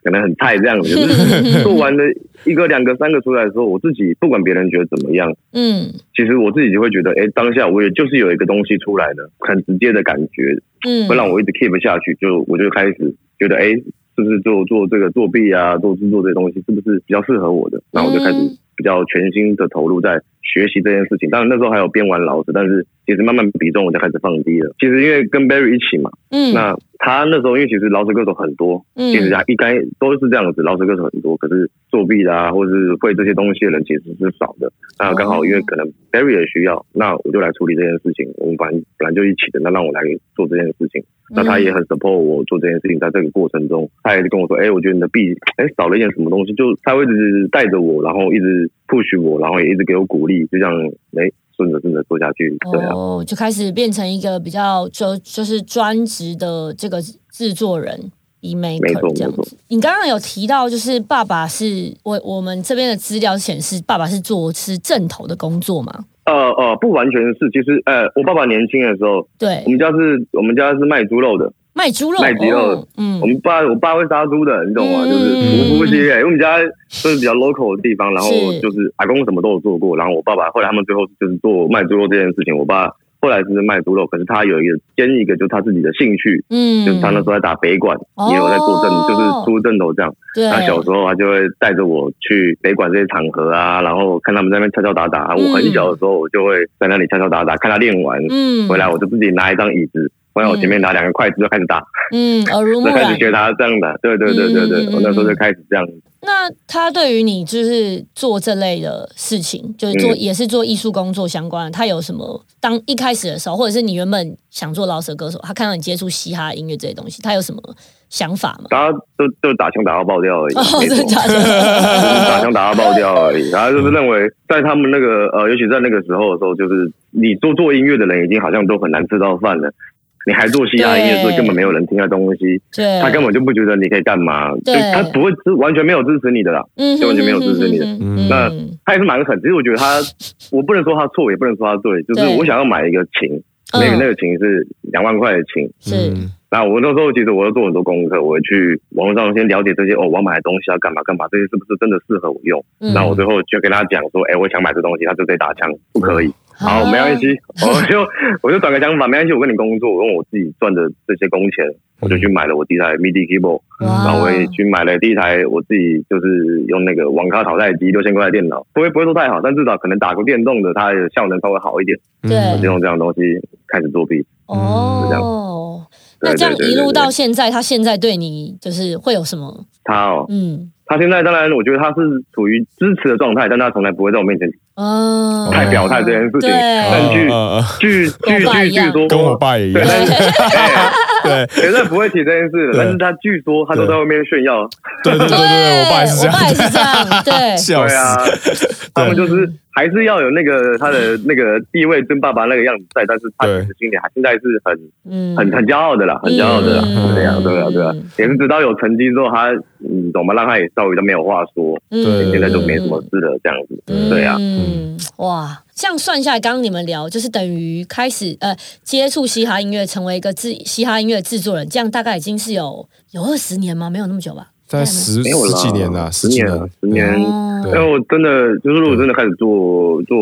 可能很菜这样子，就是
嗯
做完了一个、两个、三个出来的时候，我自己不管别人觉得怎么样，
嗯
其实我自己就会觉得，哎，当下我也就是有一个东西出来的，很直接的感觉，
嗯，
会让我一直 keep 下去。就我就开始觉得，哎，是不是做做这个作弊啊，做制作这些东西，是不是比较适合我的？那我就开始
嗯
比较全心的投入在学习这件事情。当然那时候还有边玩老师，但是其实慢慢比重我就开始放低了。其实因为跟 Barry 一起嘛，
嗯
那他那时候因为其实饶舌歌手很多，
嗯
其实啊，应该都是这样子，老舌歌手很多，可是作弊的啊，或是会这些东西的人其实是少的。那刚好因为可能 Barry 也需要，那我就来处理这件事情。我们本来本来就一起的，那让我来做这件事情。那他也很 support 我做这件事情，在这个过程中，他也跟我说，哎、我觉得你的币，哎、少了一点什么东西，就他会一直带着我，然后一直 push 我，然后也一直给我鼓励，就这样，哎、顺着顺着做下去，对啊，
哦，就开始变成一个比较就就是专职的这个制作人。e m a k
没
e
错
r 这样
没
子，你刚刚有提到，就是爸爸是我我们这边的资料显示，爸爸是做是正头的工作嘛？
呃呃，不完全是，其实，呃，我爸爸年轻的时候，
对
我，们家是我们家是卖猪肉的。
卖猪肉，
卖猪肉
哦，嗯
我，们爸我爸会杀猪的，你懂吗？
嗯
就是
嗯
屠夫系列，因为我们家就是比较 local 的地方，然后
是
就是阿公什么都有做过，然后我爸爸后来他们最后就是做卖猪肉这件事情，我爸后来是卖猪肉，可是他有一个兼一个就是他自己的兴趣，
嗯，哦
就是他那时候在打北管，也有在做正，就是出正头这样。
对，
那小时候他就会带着我去北管这些场合啊，然后看他们在那边敲敲打打。我很小的时候，我就会在那里敲敲打打，看他练完
嗯
回来，我就自己拿一张椅子。放在我前面拿两个筷子就开始打，
嗯耳濡目
就开
染
始。学他这样打。对对对对
嗯
对，我那时候就开始这样。
那他对于你就是做这类的事情，就是做、也是做艺术工作相关的，他有什么？当一开始的时候，或者是你原本想做饶舌歌手，他看到你接触嘻哈音乐这些东西，他有什么想法吗？
大家都就打枪打到爆掉而已，
哦，
没
真的
错。
假的？
打枪打到爆掉而已。然后就是认为，在他们那个呃，尤其在那个时候的时候，就是你做做音乐的人已经好像都很难吃到饭了，你还做嘻哈音乐的时候，
对
根本没有人听的东西，
对，
他根本就不觉得你可以干嘛，就
对
他不会支，完全没有支持你的啦。
嗯
根本就没有支持你的
嗯
那
嗯
他也是蛮狠，其实我觉得他，我不能说他错，也不能说他对，就是
对
我想要买一个琴，
嗯
那个那个琴是两万块的琴，
是
嗯
那我那时候其实我要做很多功课，我去网络上先了解这些哦，我要买的东西要干嘛干嘛，这些是不是真的适合我用？
嗯
那我最后就跟他讲说，哎、我想买这东西，他就被打枪，不可以。
嗯
好，没关，系，
哦
我就我就转个想法，没关系，我跟你工作，我用我自己赚的这些工钱，我就去买了我第一台 MIDI keyboard，
哇
然后我也去买了第一台我自己就是用那个网咖淘汰机六千块的电脑，不会不会说太好，但至少可能打过电动的，它的效能稍微好一点，
嗯
对
就用这样的东西开始作弊。
哦。那
对
这样
对对
一路
对
到现在，他现在对你就是会有什么？
他哦，
嗯
他现在当然，我觉得他是处于支持的状态，但他从来不会在我面前
哦，
太
表态这件事情
对，
但据
啊啊啊
据
跟
据
我爸
据
一样
据说，
跟我爸也一
对，
样，
但是
对
绝对不会提这件事的。
对
但是他据说他都在外面炫耀，
对对对对对，我爸也是这
我爸也
样，
是这样，对，
笑
对啊
死，，
他们就是还是要有那个他的那个地位跟爸爸那个样子在，但是他其
对
实心里还现在是很
嗯，
很很骄傲的啦，很骄傲的啦，
嗯
对啊，对啊，对啊
嗯，
也是直到有成绩之后，他嗯，懂吗？让他也稍微都没有话说，
对
现在就没什么事了，这样子，对啊。
嗯，哇，这样算下来，刚刚你们聊就是等于开始呃接触嘻哈音乐，成为一个制嘻哈音乐制作人，这样大概已经是有有二十年吗？没有那么久吧？
在十
没有
十
啦
几年了，
十
几
年
年
啊，十年
哦
对
因为我真的就是，如果真的开始做做，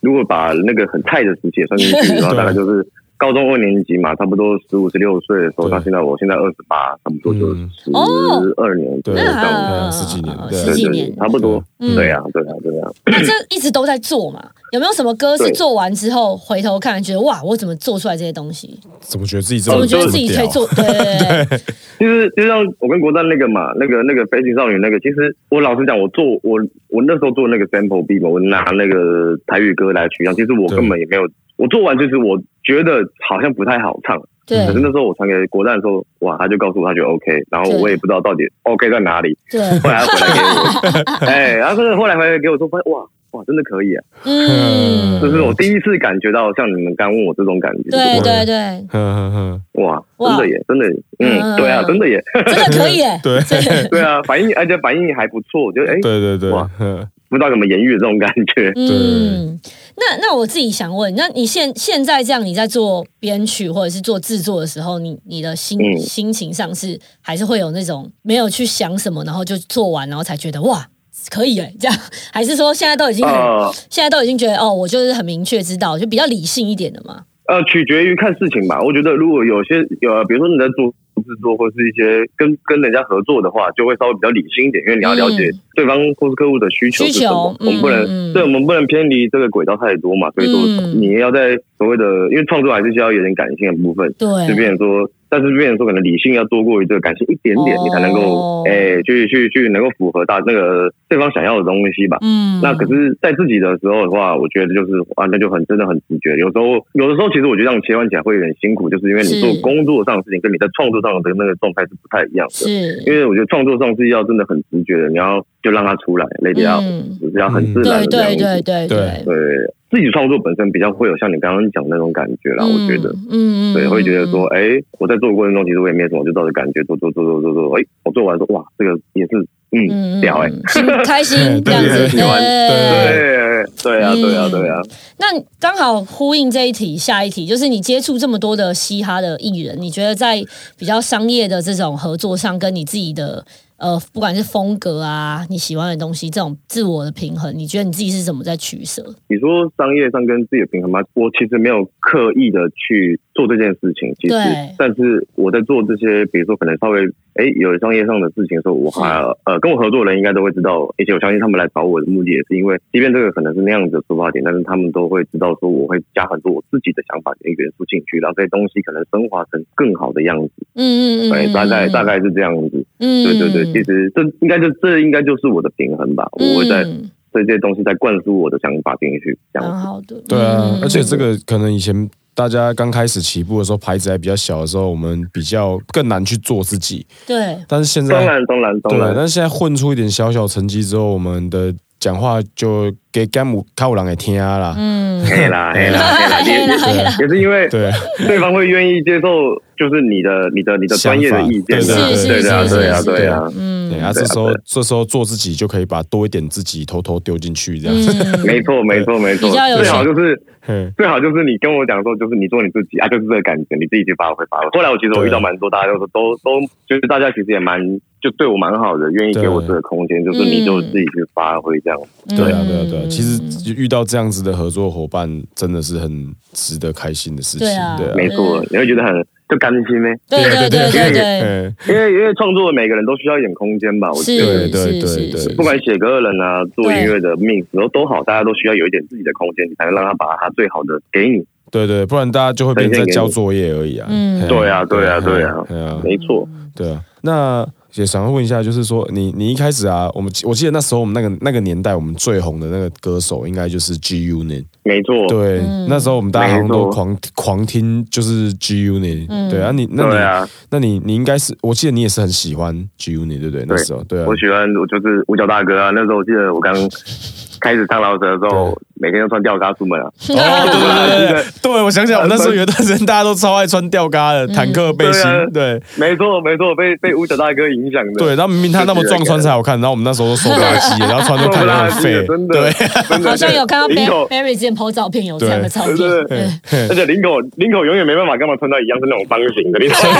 如果把那个很菜的时期也算进去，然后大概就是高中二年级嘛，差不多十五十六岁的时候，
对
到现在我现在二十八，差不多就
嗯
十
哦
二年左右
对
那
这
还
样。
十几年对
十
对
几
对
年
对，，差不多。
嗯
对呀，对呀，啊对呀。
那这一直都在做嘛？有没有什么歌是
对
做完之后回头看，觉得哇，我怎么做出来这些东西？
怎么觉得自己这
怎
么
么觉得
这么
自己可
屌
以做？对对对，
就是就像我跟国赞那个嘛，那个那个飞行少女那个，其实我老实讲，我做我我那时候做那个 sample B 嘛，我拿那个台语歌来取样，其实我根本也没有，我做完就是我觉得好像不太好唱。
对
可是那时候我传给国蛋的时候，哇，他就告诉我他觉得 OK，然后我也不知道到底 OK 在 哪里。
对，
后来他回来给我，哎，然后真的后来回来给我说，发现哇哇，真的可以啊！
嗯，
就是我第一次感觉到像你们刚问我这种感觉，
对
就是
对对，
哼哼哼，
哇，
哇
真的耶，真的耶，
嗯
嗯，对啊，真的耶，
真的可以耶，
对
对啊，反应而且反应还不错，我觉 得哎，
对对对，
哇
哼
不知道怎么言喻的这种感觉。
嗯，那那我自己想问，那你现现在这样你在做编曲或者是做制作的时候，你你的心、
嗯
心情上是还是会有那种没有去想什么，然后就做完，然后才觉得哇可以哎这样， 还是说现在都已经很、
呃
现在都已经觉得哦，我就是很明确知道，就比较理性一点的嘛。
呃，取决于看事情吧。我觉得如果有些有，比如说你在做制作或是一些跟跟人家合作的话，就会稍微比较理性一点，因为你要了解
嗯
对方或是客户的需求是
需
什么
求。
我们不能，
嗯嗯
对我们不能偏离这个轨道太多嘛。所以说，
嗯
你要在所谓的，因为创作还是需要有点感性的部分，就
对，
变成说。但是，变成说可能理性要多过于这个感性一点点，
哦
你才能够哎、去去去能够符合到那个对方想要的东西吧。
嗯
那可是，在自己的时候的话，我觉得就是啊，那就很真的很直觉。有时候，有的时候，其实我觉得这样切换起来会有点辛苦，就是因为
是
你做工作上的事情跟你在创作上的那个状态是不太一样的。因
是
为我觉得创作上是要真的很直觉的，你要就让它出来，那得要
嗯
就是要很自
对
然的这
对
样
对
子。
对
对
对，自己创作本身比较会有像你刚刚讲的那种感觉啦，我觉得。
嗯嗯
对，会觉得
嗯
说，哎，我在做的过程中，其实我也没什么，就照着感觉做做做做做做，哎，我做完说，哇，这个也是嗯，屌哎、欸，
心开心 这
对
样
很
子，
喜欢
对
对。
对对啊，对啊，对啊，
那刚好呼应这一题，下一题就是你接触这么多的嘻哈的艺人，你觉得在比较商业的这种合作上，跟你自己的呃，不管是风格啊，你喜欢的东西，这种自我的平衡，你觉得你自己是怎么在取舍？
你说商业上跟自己的平衡吗？我其实没有刻意的去做这件事情，其实
对，
但是我在做这些，比如说可能稍微哎有商业上的事情的时候，我还呃跟我合作的人应该都会知道，而且我相信他们来找我的目的也是因为，即便这个可能是那样子的出发点，但是他们都会知道说我会加很多我自己的想法跟元素进去，让这些东西可能升华成更好的样子。
嗯嗯嗯，
对，
嗯
大概大，概是这样子。
嗯
对对对，其实这应该就这应该就是我的平衡吧，我会在
嗯
对这些东西在灌输我的想法进去，这样
蛮
子。
好的，
对啊
嗯，
而且这个可能以前大家刚开始起步的时候，牌子还比较小的时候，我们比较更难去做自己。
对，
但是现
当
在，
然当然当
对，
然，
但是现在混出一点小小成绩之后，我们的讲话就给干姆看五郎给听啊啦。
嗯，
黑啦黑啦黑啦，
黑啦
也
黑啦
也是因为
对，啊
对方会愿意接受，就是你的你的你的专业的意见
想
啊
法
是，
对
是
对啊
是
对啊
是，
对啊，
是，嗯
对啊，这时
对
候
啊
这时候做自己就可以把多一点自己偷偷丢进去这样子。
嗯
没错没错没错
比较，有
最好就是。
嘿
最好就是你跟我讲说，就是你做你自己啊，就是这个感觉，你自己去发挥发挥。后来我其实我
对
遇到蛮多，大家都都都，就是大家其实也蛮就对我蛮好的，愿意给我
对
这个空间，就是你就自己去发挥这样。
对啊，对啊，对啊，
嗯
其实遇到这样子的合作伙伴，真的是很值得开心的事情。
对啊
对啊，
没错，你会觉得很就甘心呢、欸
对
啊
对对对对，
嘿
因为因为创作的每个人都需要一点空间吧，我觉得。
对对
是是
对
是
对
是，
不管写歌的人啊，做音乐的 mix 都都好，大家都需要有一点自己的空间，你才能让他把他最好的给你。
对对，不然大家就会变成在交作业而已啊。
嗯
嘿
对啊对啊对啊
对啊，
没错，
对啊。那也想要问一下，就是说你你一开始啊，我们我记得那时候我们那个那个年代，我们最红的那个歌手应该就是 G Unit。
没错。
对
嗯，
那时候我们大家好像
没
都
错
狂狂听就是 G Unit。
嗯
对啊，你那
对
你
啊，
那你你应该是，我记得你也是很喜欢 G Unit，对不对？那时候对啊
我，喜欢我就是五角大哥啊。那时候我记得我 刚开始唱饶舌的时候，每天都穿吊嘎 出门啊。
哦对 对对，对我想起来，我那时候有一段时间大家都超爱穿吊嘎
嗯
的坦克背心
对啊，
对
没错没错，被被五角大哥影响的。
对，然后明明他那么壮穿才好看，然后我们那时候都瘦不拉几，然后穿都看
受不
起来
了
很废，
真
对
的，真的
好像有看到
领口
Barry Barry 之前 PO 照片有这样的照片，
对对
对
而且领口领口永远没办法跟我们穿到一样是那种方形 的，你知道吗？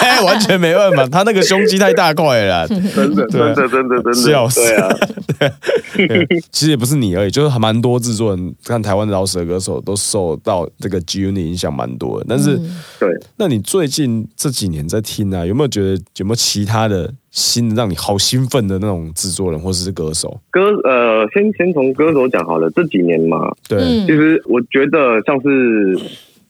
对， 完全没办法，他那个胸肌太大块了啦。
真的真的真的真
笑
的，
死
对啊，
对其实也不是你而已，就是还蛮多制作人，看台湾饶舌歌手都受到这个 G Unit 影响蛮多的。但是，
嗯
对。
那你最近这几年在听啊，有没有觉得有没有其他的新的让你好兴奋的那种制作人或者是歌手？
歌呃，先先从歌手讲好了，这几年嘛，
对，
其
嗯
实我觉得像是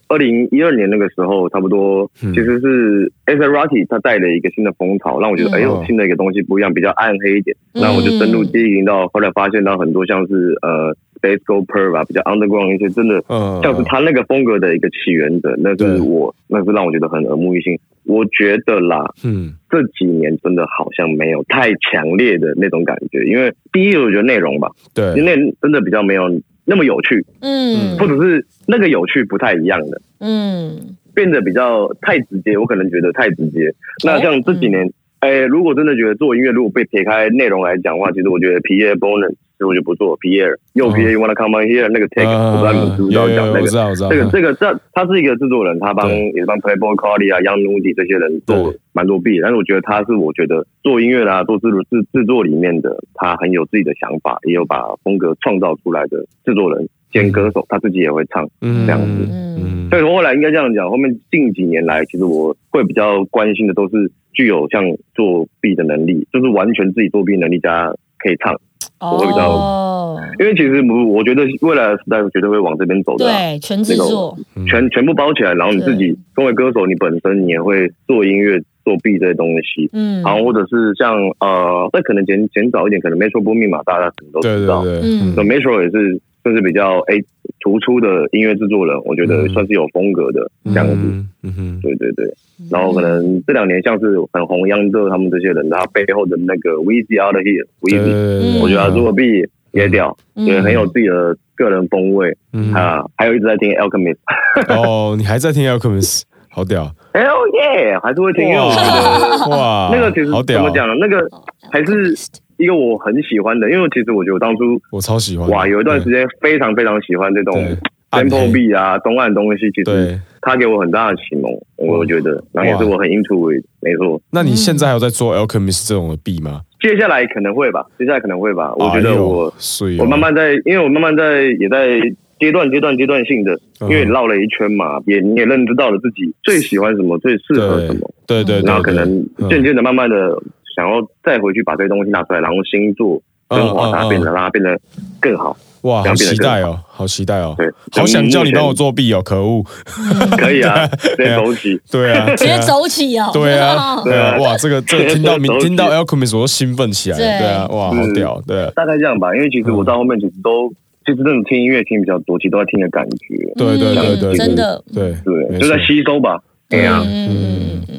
二零一二年那个时候，差不多
嗯
其实是 a s a r a t i 他带了一个新的风潮，让我觉得
嗯
哎
哦
呦，新的一个东西不一样，比较暗黑一点。那我就深入经营到，后来发现到很多像是呃 Space Go Perv 啊，比较 Underground 一些真的
嗯，
像是他那个风格的一个起源者，那
对
是我，那是让我觉得很耳目一新。我觉得啦，
嗯，
这几年真的好像没有太强烈的那种感觉，因为第一，我觉得内容吧，
对，
因为真的比较没有那么有趣，
嗯
或者是那个有趣不太一样的，
嗯
变得比较太直接，我可能觉得太直接。那像
嗯
这几年，哎、如果真的觉得做音乐，如果被撇开内容来讲的话，其实我觉得皮耶 Bonan 其实我觉得不错，皮耶又皮耶 You Wanna Come On Here 那个 take，、我不知道你们知不知道
呃有哦啊有
讲
有
那
我
个
知。道我知道，
这个这个这他是一个制作人，他帮
嗯对
也帮 Playboy Cardi 啊、Young Nudy 这些人做
对
蛮多 B，但是我觉得他是我觉得做音乐啊啦、做制制制作里面的，他很有自己的想法，也有把风格创造出来的制作人兼歌手，他自己也会唱。
嗯
这样子
嗯
所以我后来应该这样讲，后面近几年来，其实我会比较关心的都是具有像作弊的能力，就是完全自己作弊能力加可以唱，
哦，
因为其实我我觉得未来的时代绝对会往这边走的啊、
对，全制作，
嗯
全全部包起来，然后你自己作为歌手，你本身你也会做音乐、作弊这些东西，
嗯，
然后或者是像呃，那可能减减早一点，可能 Metro Boomin 嘛，大家可能都
对
知
对
道，
对，
嗯
那 Metro 也是算是比较诶突出的音乐制作人，我觉得
嗯
算是有风格的这样子，
嗯嗯哼，
对对对。然后可能这两年像是很红央的他们这些人，他背后的那个 w e e z y Out Here w e e z y
对，嗯
我觉得作弊也屌，
嗯
也很有自己的个人风味啊，还有一直在听 Alchemist。
哦，你还在听 Alchemist，好屌，
Hell yeah，还是会听，因为我觉得
哇，
那个其实
好
怎
屌
么，讲，那个还是一个我很喜欢的，因为其实我觉得我当初
我超喜欢的。
哇，有一段时间非常非常喜欢这种
对
tempo
暗黑
B 啊、东岸东西，其实
对，
它给我很大的启蒙，我觉得，然后也是我很 into it，没错。
那你现在还有在做 Alchemist 这种的币吗？
接下来可能会吧，接下来可能会吧，我觉
哎
得
呦
我。
所以哦
我慢慢在，因为我慢慢在也在阶段阶段阶段性的，
嗯
因为绕了一圈嘛，也你也认知到了自己最喜欢什么，最适合什么，
对对对，
然后可
对
能
嗯
渐渐的、慢慢的想要再回去把这些东西拿出来，然后新做升华
嗯嗯
它，
嗯
变得让它变得更好，
哇，好
两边的
期待哦，好期待哦
对，
好想叫你帮我
目前
作弊哦，可恶！
可 以啊，直接走起，
对啊，
直
对
接
啊
走起哦。
对啊， 对啊，哇，这个这个
对
听到
这个
名
手指
听到 Alchemist 我都兴奋起来，
对
对啊，哇，
嗯
好屌，对啊
大概这样吧，因为其实
嗯
我到后面其实都。其实真的听音乐听比较多，其实都在听的感觉，
对对对
嗯
对，
真的，
对
对，
没
就
错
在吸收吧。对啊，
嗯嗯嗯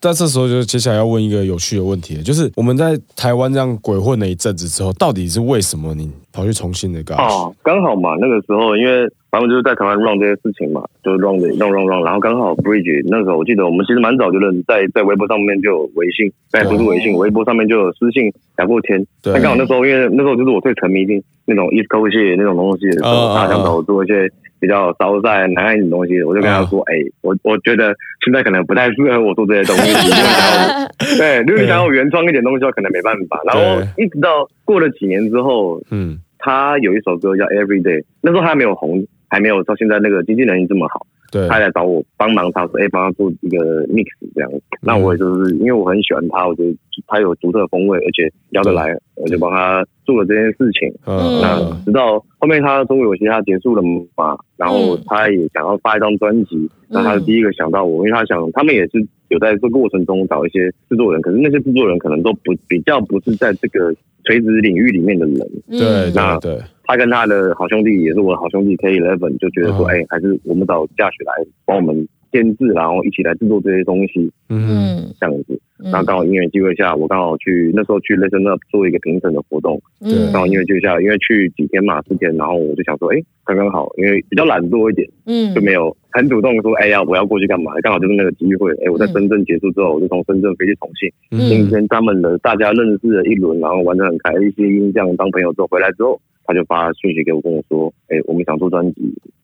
但这时候就接下来要问一个有趣的问题了，就是我们在台湾这样鬼混了一阵子之后，到底是为什么你跑去重庆的干？
哦，刚好嘛，那个时候因为反正就是在台湾 run 这些事情嘛，就 run 的 run run run，然后刚好 Bridge 那时候我记得我们其实蛮早就认识，在在微博上面就有微信，在不是微信，微博上面就有私信聊过天。
对
但刚好那时候因为那时候就是我最沉迷进那种 East Coast 系那种东西的时
嗯嗯
候，大
嗯
想找做一些比较骚在南岸的东西，我就跟他说，哎，我我觉得现在可能不太适合我做这些东
嗯
西，因为想要对，如果想要我原创一点东西的话，可能没办法。然后一直到过了几年之后，
嗯，
他有一首歌叫《Every Day》，那时候他还没有红，还没有到现在那个经纪人这么好，
对，
他来找我帮忙，他说：“哎、帮他做一个 mix 这样。”
嗯
那我就是因为我很喜欢他，我觉得他有独特的风味，而且聊得来，我就帮他做了这件事情。
嗯
那
嗯
直到后面他中国有嘻哈结束了嘛，然后
嗯
他也想要发一张专辑，
嗯
那他是第一个想到我，因为他想他们也是有在这过程中找一些制作人，可是那些制作人可能都不比较不是在这个垂直领域里面的人。
嗯
对对
那
对，
他跟他的好兄弟也是我的好兄弟 K Eleven，就觉得说，
嗯
哎、还是我们找驾雪来帮我们监制，然后一起来制作这些东西
嗯
嗯
这样子。
嗯，
那刚好因缘机会下，我刚好去那时候去 Listen Up 做一个评审的活动，
嗯
对
刚好因缘机会下，因为去几天嘛，四天，然后我就想说，哎、刚刚好，因为比较懒惰一点，
嗯
就没有很主动说，哎、呀，我要过去干嘛？刚好就是那个机会，哎、我在
嗯
深圳结束之后，我就从深圳飞去重庆，
嗯，
今天他们的大家认识了一轮，然后玩得很开心，这样当朋友之后回来之后，他就发讯息给我，跟我说：“哎、我们想做专辑，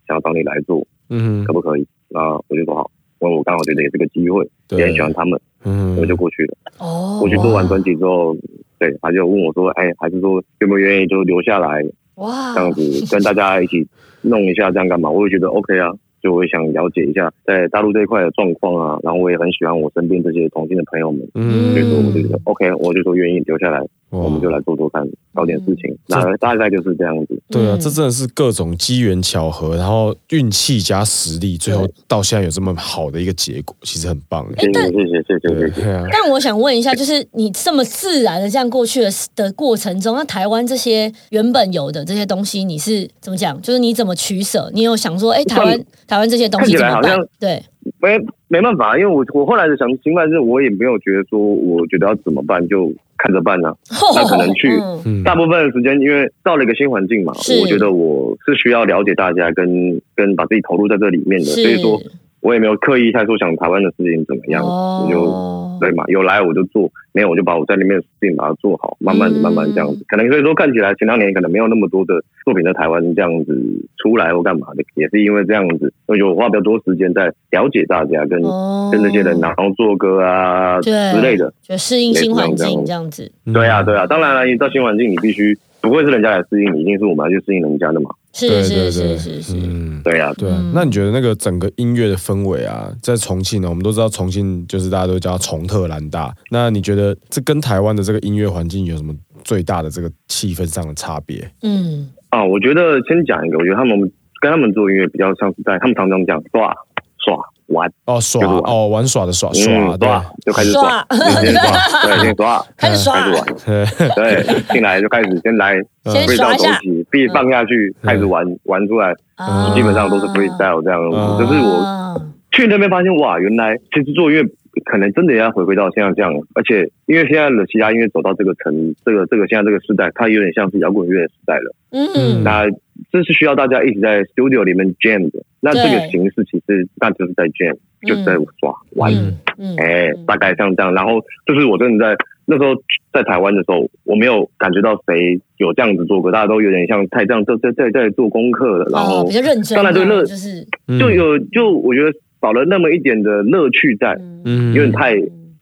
想要找你来做，
嗯
可，不可以？”那我就说好，因为我刚好觉得也是个机会，也很喜欢他们，
嗯
我就过去了。
哦，
过去做完专辑之后，对，他就问我说：“哎、还是说愿不愿意就留下来
哇
这样子跟大家一起弄一下，这样干嘛？”我就觉得 OK 啊。就我也想了解一下在大陆这一块的状况啊，然后我也很喜欢我身边这些同性的朋友们，
嗯
所以说我就觉得 OK，我就说愿意留下来，我们就来做做看，搞点事情。大大概就是这样子。
对啊，
嗯
这真的是各种机缘巧合，然后运气加实力，最后到现在有这么好的一个结果，其实很棒。
哎
欸
谢谢谢谢谢谢
对
谢谢。
对啊，
但我想问一下，就是你这么自然的这样过去的的过程中，那台湾这些原本有的这些东西，你是怎么讲？就是你怎么取舍？你有想说，哎、台湾台湾这些东西
看起
怎
来
么
好
办
像？
对，
没没办法，因为我我后来的想情况是我也没有觉得说我觉得要怎么办就看着办呢、那可能去
嗯
嗯，
大部分的时间因为到了一个新环境嘛，
是
我觉得我是需要了解大家跟跟把自己投入在这里面 的，
是
所以说我也没有刻意太说想台湾的事情怎么样，我就
哦，
对嘛，有来我就做，没有我就把我在那边的事情把它做好，慢慢
嗯
的、慢慢地这样子。可能所以说看起来前两年可能没有那么多的作品在台湾这样子出来或干嘛的，也是因为这样子，我觉得我花比较多时间在了解大家跟、
哦
跟这些人，然后做歌啊之
对
类的。
就适应新环境这样子。
对啊，对
啊，
啊，当然了，你到新环境你必须。不会是人家来适应你，一定是我们要去适应人家的嘛？
是
对
是
对
是
对，
是是，
嗯。
对呀、啊，
对啊
嗯，
那你觉得那个整个音乐的氛围啊，在重庆呢，我们都知道重庆就是大家都叫重特兰大。那你觉得这跟台湾的这个音乐环境有什么最大的这个气氛上的差别？
嗯，
啊，我觉得先讲一个，我觉得他们跟他们做音乐比较像是在他们常常讲耍 耍玩
哦，耍
就是玩
哦，玩耍的耍
嗯
耍，对
耍就开始耍，
刷
先耍，对，先耍，
开始
开
刷
始，玩， 对，进来就开始先来
先耍
freestyle
一下嗯
东，西，必放下去，开始玩玩出来，
啊嗯
基本上都是 freestyle 这样
啊
子。就是我去那边发现，哇，原来其实做音乐可能真的要回归到像这样，而且因为现在的嘻哈音乐走到这个层，这个这个现在这个时代，它有点像是摇滚乐的时代了。
嗯，
那这是需要大家一直在 studio 里面 jam 的。那这个
对
形式其实那就是在 jam，
嗯
就是在耍玩，
嗯嗯，
哎、
嗯
大概像这样。然后就是我真的在那时候在台湾的时候，我没有感觉到谁有这样子做过，大家都有点像太这样在在在在做功课了，然后、
哦比较认真啊，
当然对乐
就是
嗯
就有就我觉得少了那么一点的乐趣在，
嗯，
嗯
有点太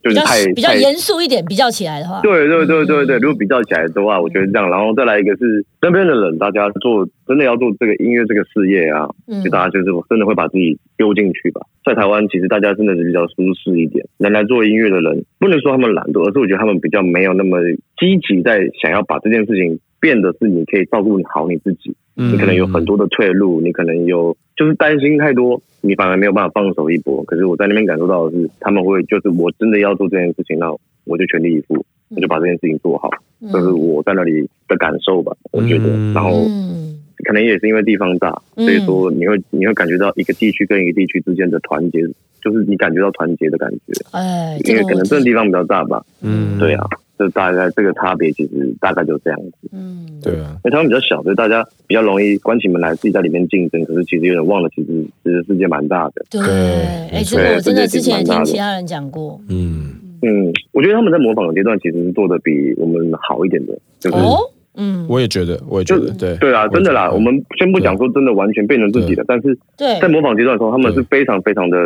就
比
是
较
太
比较
太
严肃一点，比较起来的话，
对对对对对，
嗯
如果比较起来的话，我觉得这样，然后再来一个是身边的人，大家做真的要做这个音乐这个事业啊，
嗯
就大家就是真的会把自己丢进去吧。在台湾，其实大家真的是比较舒适一点，能来做音乐的人，不能说他们懒惰，而是我觉得他们比较没有那么积极在想要把这件事情变得是你可以照顾好你自己，你可能有很多的退路，你可能有就是担心太多，你反而没有办法放手一搏。可是我在那边感受到的是，他们会就是我真的要做这件事情，那我就全力以赴，我就把这件事情做好，这是我在那里的感受吧，我觉得
嗯。
然后
嗯
可能也是因为地方大，
嗯
所以说你会你会感觉到一个地区跟一个地区之间的团结，就是你感觉到团结的感觉，
哎，这
因
个
为可能
我
这
自
个
己
地方比较大吧。
嗯
对啊，这大概这个差别其实大概就这样子。
嗯
对啊，
因为他们比较小，所以大家比较容易关起门来自己在里面竞争。可是其实有点忘了，其实其实世界蛮大的。
对，
对
哎，
没
这
错
个我真的
对
之
这
前也
点蛮大
听
的
其他人讲过，
嗯，
嗯，我觉得他们在模仿的阶段其实是做的比我们好一点的，就是、
哦，嗯，
我也觉得，我也觉得，对
对啊，
也觉
真的啦。
得
我们先不讲说真的完全变成自己的，但是
对
在模仿阶段的时候，他们是非常非常的，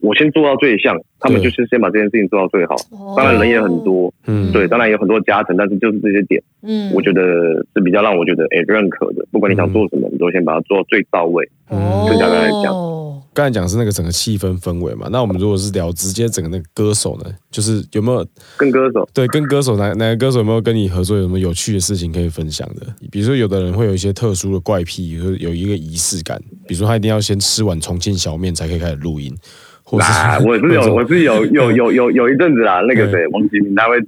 我先做到最像，他们就是先把这件事情做到最好。当然人也很，
哦
多，
嗯
对，当然有很多加成，但是就是这些点，
嗯，
我觉得是比较让我觉得诶、认可的。不管你想做什么，你都先把它做到最到位。
嗯
更加来讲
哦
刚才讲是那个整个气氛氛围嘛，那我们如果是聊直接整个那个歌手呢，就是有没有
跟歌手，
对跟歌手哪哪个歌手有没有跟你合作，有什么有趣的事情可以分享的？比如说有的人会有一些特殊的怪癖，比如说有一个仪式感，比如说他一定要先吃完重庆小面才可以开始录音， 或是、
啊，我是有，我是有，有，有，有，有一阵子啦，那个谁，王启明他会吃，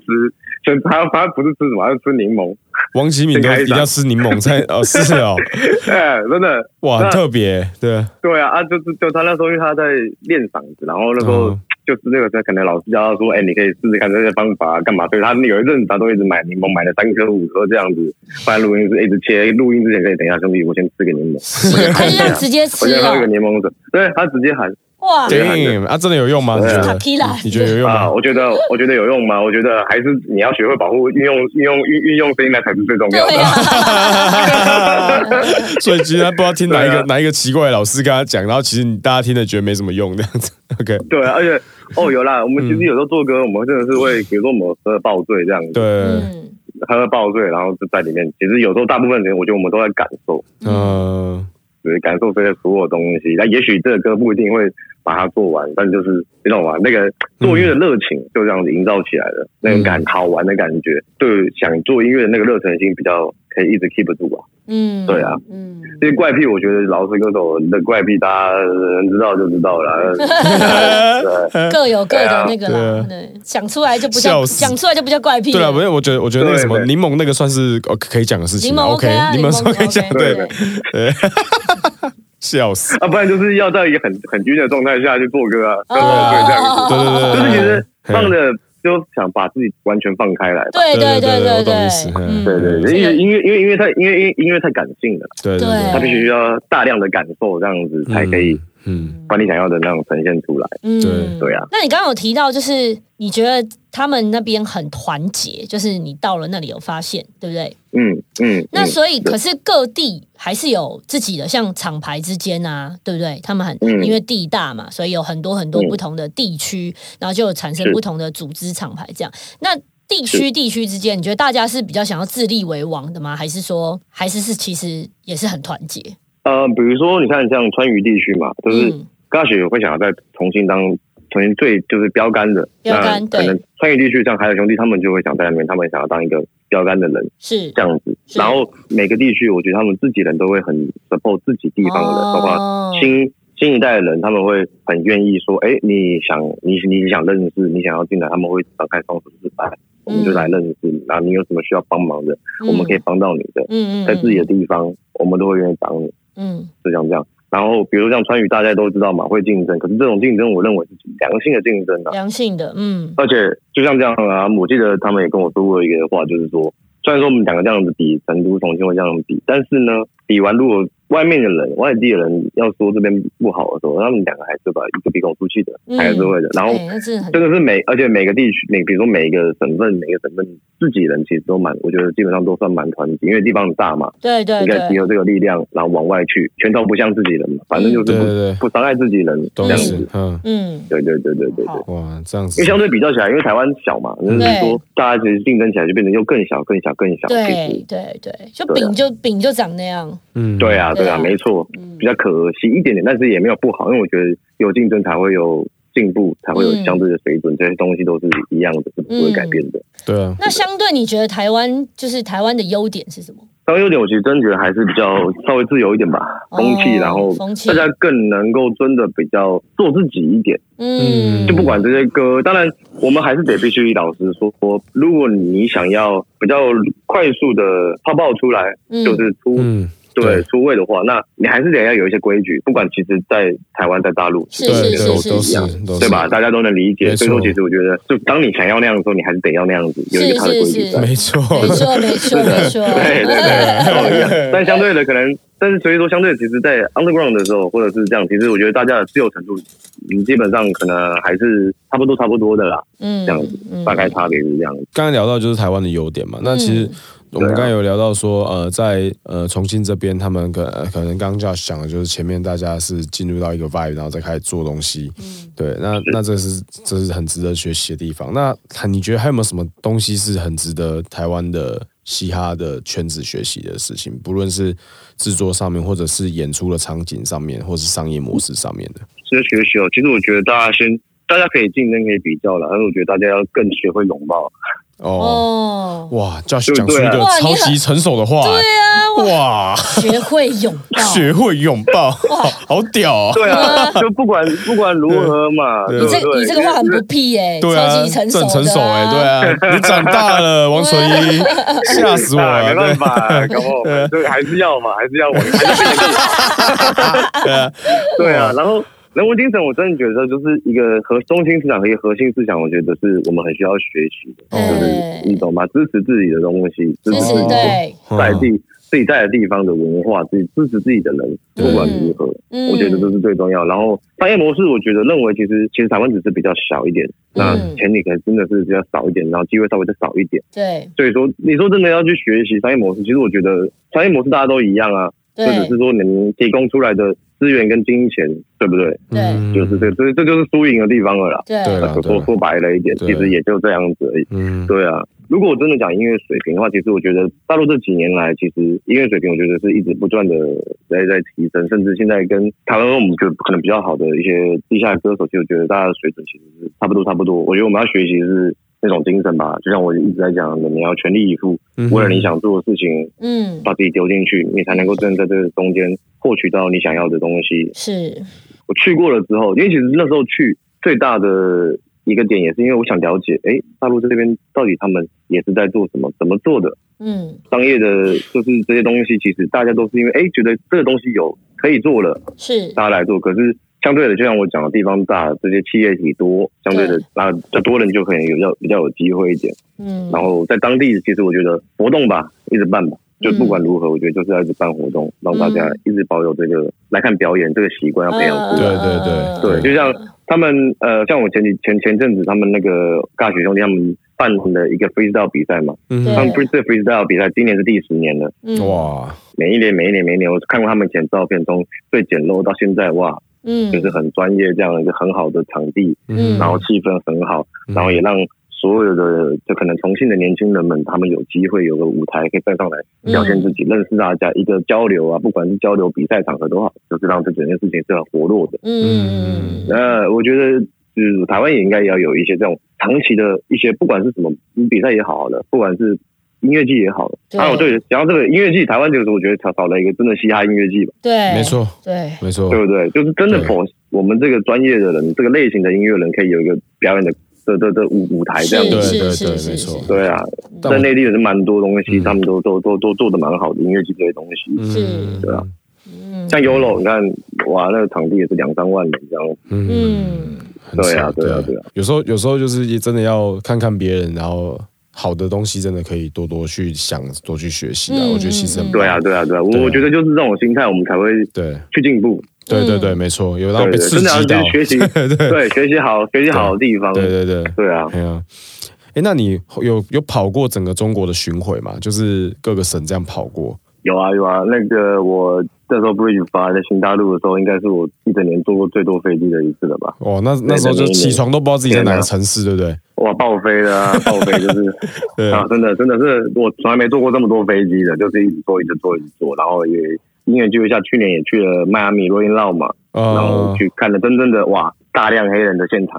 就他他不是吃什么，他是吃柠檬，
王启明都
啊
一定要吃柠檬才哦，是哦，
哎，真的，
哇，很
那
特别，对，
对啊，啊，就是就他那时候，因为他在练嗓子，然后那时候
嗯
就是那个时候，可能老师教他说，哎，你可以试试看这些方法啊干嘛，所以他有一阵子他都一直买柠檬，买了三颗五颗这样子，放在录音室一直切，录音之前可以等一下，兄弟，我先吃个柠 檬，
他就这样直接吃
啊
我先喝个
了，
柠檬水，对他直接喊
哇，
对啊
Damn，啊，真的有用吗？你
对
觉
啊
得？
Tequila
你觉得有用
啊，
吗？
我觉得我觉得有用吗？我觉得还是你要学会保护，运用运用运运用声音来才是最重要的
对。啊，
所以其实他不知道听哪一
对
个
啊
哪一个奇怪的老师跟他讲，然后其实大家听了觉得没什么用这样子。OK，
对，而且哦，有啦，我们其
嗯
实有时候做歌，我们真的是会，比如说我们喝爆醉这样子，
对，
嗯
喝爆醉，然后就在里面。其实有时候大部分人，我觉得我们都在感受，
嗯，
就是感受这些所有东西。那也许这个歌不一定会把它做完，但就是你懂吗？那个做音乐的热情就这样子营造起来了，那种感好玩的感觉，对想做音乐的那个热忱心比较可以一直 keep 住吧。
嗯，
对啊，
嗯，
这些怪癖，我觉得老式歌手的怪癖，大家能知道就知道了。
呃
对
各有各的那个啦，
对
对，讲出来就不叫
笑死
讲出来就不叫怪癖，
对了，我觉得我觉得我觉得那个什么
对对
柠檬那个算是呃可以讲的事
柠
情
檬
啊
OK
，OK，
啊，
柠
檬
檬算可以讲，
对
对，对， 笑死，
啊，不然就是要在一个很很晕的状态下去做歌啊，对
哦
对这样子。
对对对，
就是其实
嘿
放的就想把自己完全放开来吧。
对对
对对
对
我懂意思
对，嗯
对对，
这
对因
个
为因为因为因为太因为因为音乐太感性了，
对对
对
它必须要大量的感受，这样子才可以
嗯，
把你想要的那种呈现出来。
嗯
对
对啊
那你刚刚有提到，就是你觉得他们那边很团结，就是你到了那里有发现，对不对？
嗯嗯，
那
嗯
所以，可是各地还是有自己的，像厂牌之间啊，对不对？他们很、
嗯
因为地大嘛，所以有很多很多
嗯
不同的地区，然后就有产生
是
不同的组织厂牌这样。那地区地区之间，你觉得大家是比较想要自立为王的吗？还是说，还是是其实也是很团结？
呃，比如说你看像川渝地区嘛，就是
嗯，
刚开始会想要再重新当重新最就是标杆的，
标杆
那可能川渝地区像海尔兄弟他们就会想在那边，他们想要当一个标杆的人
是
这样子。
是
然后每个地区，我觉得他们自己人都会很 support 自己地方的人，包括
哦
新新一代的人，他们会很愿意说，哎，你想你你想认识，你想要进来，他们会打开双手指牌，我们就来认识你，然后你有什么需要帮忙的，我们可以，帮到你的，
嗯嗯嗯嗯，
在自己的地方，我们都会愿意帮你，
嗯
就像这样。然后比如像川渝，大家都知道嘛，会竞争，可是这种竞争，我认为是良性的竞争啊。
良性的，嗯
而且就像这样啊，我记得他们也跟我说过一个话，就是说，虽然说我们两个这样子比，成都、重庆会这样比，但是呢，比完如果外面的人、外地的人要说这边不好的时候，他们两个还是把一个鼻孔出气的，
嗯，
还是会的。然后
对那真的很
这个是每，而且每个地区，每比如说每一个省份，每个省份自己人其实都蛮，我觉得基本上都算蛮团结，因为地方很大嘛，
对对
应该集
对，
合这个力量，然后往外去，拳头不像自己人嘛，反正就是
对
不、
对对，
不伤害自己人这
懂
样
意
子
思。，嗯，
嗯，
对对对对对对。
好，
哇，这样子
因为，相对比较起来，因为台湾小嘛，就是说大家其实竞争起来就变得又更小、更小、更小。其实
对对对，
啊
就饼就饼就长那样，
嗯，
对啊，
对啊
对啊，没错，
嗯
比，较可惜一点点，但是也没有不好，因为我觉得有竞争才会有进步，才会有
嗯
相对的水准，这些东西都是一样的，是不会改变的。
对啊，
那相对你觉得台湾就是台湾的优点是什么？
稍微优点，我其实真觉得还是比较稍微自由一点吧，风气，
哦
然后
风气
大，家更能够真的比较做自己一点。
嗯，
就不管这些歌，当然我们还是得必须老实说，如果你想要比较快速的泡泡出来，
嗯
就是出、
嗯，对
对出位的话，那你还是得要有一些规矩，不管其实在台湾在大陆，
是
其实
对，
是
都
是
都
是
是，都
对
是
吧？大家都能理
没
解，
错
所以说其实我觉得，就当你想要那样的时候，你还是得要那样子，有一个它的规矩
是
在。
没错，
没错没错没错，
对对 对，一样。但相对的，可能，但是所以说，相对其实，在 underground 的时候，或者是这样，其实我觉得大家的自由程度，嗯，基本上可能还是差不多差不多的啦，
嗯，
这样子
嗯
大概差别是这样子。
刚刚聊到就是台湾的优点嘛，那其实
嗯
我们
对啊
刚才有聊到说，呃，在呃重庆这边，他们可呃可能刚刚 Josh 讲的就是前面大家是进入到一个 vibe，然后再开始做东西，
嗯
对，那那这是这是很值得学习的地方。那你觉得还有没有什么东西是很值得台湾的嘻哈的圈子学习的事情？不论是制作上面，或者是演出的场景上面，或是商业模式上面的，
这学习哦，其实我觉得大家先，大家可以竞争，可以比较了，但是我觉得大家要更学会拥抱。
哦。
哦，
哇，Josh
对
讲出一
对
个
啊哇
超
你很
级成熟的话、
对啊，我
哇，
学会拥 抱，
学会拥抱， 好屌哦！
对啊，就不管不管如何嘛，
对
你
对不
这
对？
你这个话很不屁耶，
对啊，
超级成
这
熟
很
的啊，
成熟哎、 对啊，你长大了，王纯一，吓死我
啊
了，对
没办法，搞不好对还是要嘛，还是 要我，还
啊
是变得更好。
对啊，
对啊，然后人文精神，我真的觉得就是一个核中心思想和一个核心思想，我觉得是我们很需要学习的，
哦
对
你懂吗？支持自己的东西，支
嗯支
持
持
自己
对，
在
嗯
地自己在的地方的文化，自己支持自己的人，不管如何。
嗯
我觉得这是最重要。然后商业模式，我觉得认为其实其实台湾只是比较小一点，那
嗯
钱你可能真的是比较少一点，然后机会稍微再少一点。
对
所以说，你说真的要去学习商业模式，其实我觉得商业模式大家都一样啊，就只
对
是说能提供出来的资源跟金钱，对不对？
嗯
就是这个，这这就是输赢的地方了啦。呃
对
对，
啦
说
对啦啊
说说白了一点，
对
其实也就这样子而已。
嗯，
对啊，如果我真的讲音乐水平的话，其实我觉得大陆这几年来，其实音乐水平我觉得是一直不断的在在提升，甚至现在跟台湾我们觉得可能比较好的一些地下歌手，其实我觉得大家的水准其实是差不多差不多。我觉得我们要学习的是那种精神吧，就像我一直在讲的，你要全力以赴，
嗯哼
为了你想做的事情，
嗯，
把自己丢进去，你才能够真的在这个中间获取到你想要的东西。
是，
我去过了之后，因为其实那时候去最大的一个点也是因为我想了解，哎，大陆这边到底他们也是在做什么，怎么做的，
嗯
商业的，就是这些东西，其实大家都是因为哎觉得这个东西有可以做了，
是，
大家来做。可是相对的，就像我讲的，地方大，这些企业体多，相对的
对
那较多人就可能有要比较有机会一点。
嗯，
然后在当地，其实我觉得活动吧，一直办吧。就不
嗯
管如何，我觉得就是要一直办活动，让大家一直保有这个来看表演这个习惯，要培养
嗯
出来。
对对对
对，就像他们呃，像我前几前前阵子他们那个尬曲兄弟他们办的一个 freestyle 比赛嘛，
嗯
对
他们
哼
freestyle freestyle 比赛今年是第十年了，
嗯，
哇，
每一年每一年每一年，我看过他们以前照片中最简陋到现在哇，
嗯，
就是很专业这样一个很好的场地，
嗯
然后气氛很好，
嗯
然后也让。所有的就可能重庆的年轻人们，他们有机会有个舞台可以站上来表现自己，认识大家，一个交流啊，不管是交流比赛场合都好，就是让这整件事情是很活络的。
嗯，嗯嗯，
呃，我觉得就是台湾也应该要有一些这种长期的一些，不管是什么比赛也好了，不管是音乐季也好了。
对
啊，我对，讲到这个音乐季，台湾就是我觉得少少了一个真的嘻哈音乐季吧，
对，
没，错
对，
没错，
对不对？就是真的
对
否我们这个专业的人，这个类型的音乐人可以有一个表演的的的的舞舞台这样
对
子。
对
是是
对
是
没
是
错，
对啊，
但
在
我
内地也是蛮多东西，
嗯
他们都都都都做的蛮好的音乐季这些东西。
嗯
是
对啊
嗯
像 Yolo，你看，哇，那个场地也是两三万人这样，
嗯，
很少
对啊对啊对啊
有时候有时候就是也真的要看看别人，然后好的东西真的可以多多去想，多去学习啊。
嗯
我觉得其实很
嗯
棒
对啊，对啊，对啊，我我觉得就是这种心态，我们才会
对
去进步。
对对对，
嗯
没错，有让我
对
被
对，
刺
真的要
激到
去。学习，对，学习好，学习好的地方。
对对对，
对啊，
哎呀，哎，那你有有跑过整个中国的巡回吗？就是各个省这样跑过？
有啊有啊，那个我那时候 Bridge 发在新大陆的时候，应该是我一整年坐过最多飞机的一次了吧？
哦，那那时候就起床都不知道自己在哪
啊
个城市，对不对？
哇，报飞的啊，报飞就是
对
啊，真的真的是我从来没坐过这么多飞机的，就是一直坐一直坐一直坐，然后也因缘际会下，去年也去了迈阿密罗因绕嘛，然后
啊，
去看了真正的哇大量黑人的现场，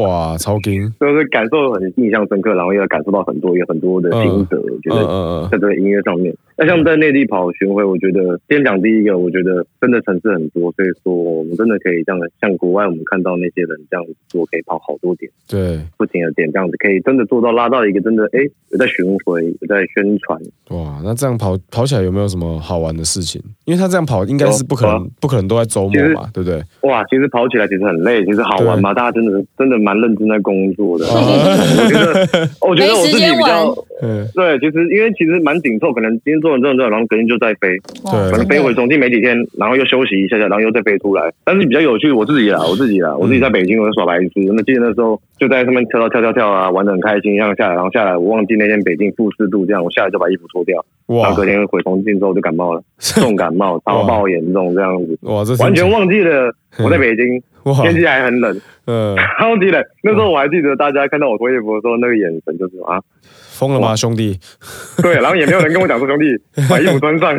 哇，超劲！
就是感受很印象深刻，然后也感受到很多有很多的心得，我觉
嗯
得
嗯嗯，
在这个音乐上面。那像在内地跑巡回，我觉得先讲第一个，我觉得真的城市很多，所以说我们真的可以这样，像国外我们看到那些人这样子做，可以跑好多点，
对，
不停的点这样子，可以真的做到拉到一个真的哎有在巡回，有在宣传。
哇，那这样跑跑起来有没有什么好玩的事情？因为他这样跑应该是不可
有啊
能，不可能都在周末嘛，对不对？
哇，其实跑起来其实很累，其实好玩嘛，大家真的真的蛮认真在工作的。我觉得，我觉得我自
没时
己比
间玩
较。
嗯，
对，其实因为其实蛮紧凑，可能今天做完这种，然后隔天就再飞，
哇
对
可能飞回重庆没几天，然后又休息一下下，然后又再飞出来。但是比较有趣，我自己啦，我自己啦，我自己在北京，我就耍白痴。那记得那时候就在上面跳跳跳跳跳啊，玩的很开心，这样下来，然后下来，我忘记那天北京负四度这样，我下来就把衣服脱掉，然
哇
后隔天回重庆之后就感 冒了，重感冒，超爆严重这样子，
哇，这
完全忘记了我在北京，
哇，
天气还很冷，
嗯，
超级冷。那时候我还记得大家看到我脱衣服的时候那个眼神，就是啊，
疯了吗，兄弟？
对，然后也没有人跟我讲 说兄弟把衣服穿上，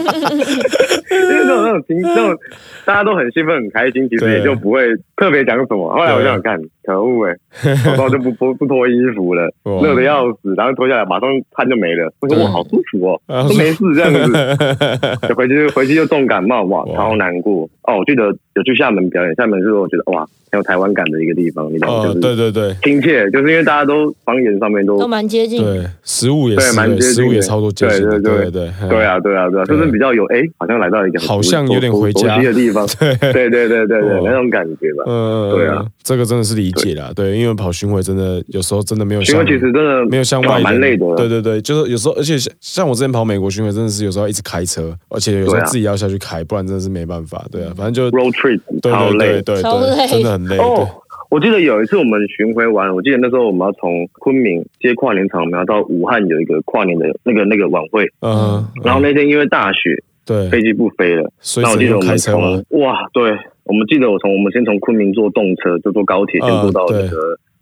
因为那种那种情那种大家都很兴奋很开心，其实
对
也就不会特别讲什么。后来我就想看，可恶哎、欸，我到就不不不脱衣服了
哇，
热的要死，然后脱下来马上汗就没了。我说
对
哇，好舒 服哦，
啊
都没事这样子。就回去回去就重感冒，哇，
哇
超难过哦。我记得有去厦门表演，厦门是我觉得哇很有台湾感的一个地方，你懂吗？
哦，
就是
对对对
亲切，就是因为大家都方言上面都
都蛮接近，
对，食物也
对蛮
是，
接近
食物也
的
超多接近的，
对对
对对嗯
对，啊，对啊，对
对
啊，就是比较有哎、好像来到一个很
好像有点回家
熟悉的地方，
对对。
对对对对对
哦，
那种感觉吧。
嗯，
对啊，
这个真的是理解啦，对，因为跑巡回真的有时候真的没有
因
像
为其实真的
没有像外人
蛮累的，啊
对对对，就是有时候，而且像像我之前跑美国巡回，真的是有时候要一直开车，而且有时
对
候
啊
自己要下去开，不然真的是没办法，对啊，反正就
嗯 road trip
对
超
对对
累。
对
超
对，
累
真的很累，
哦，我记得有一次我们巡回完，我记得那时候我们要从昆明接跨年场，我们要到武汉有一个跨年的那个那个晚会，
对嗯，
然后那天因为大雪，
对，
飞机不飞了。
所以
那我
只
记得
能
我
开
们
车嘛
从，哇，对，我们记得我从我们先从昆明坐动车，就坐高铁，先
嗯
坐到
对
那个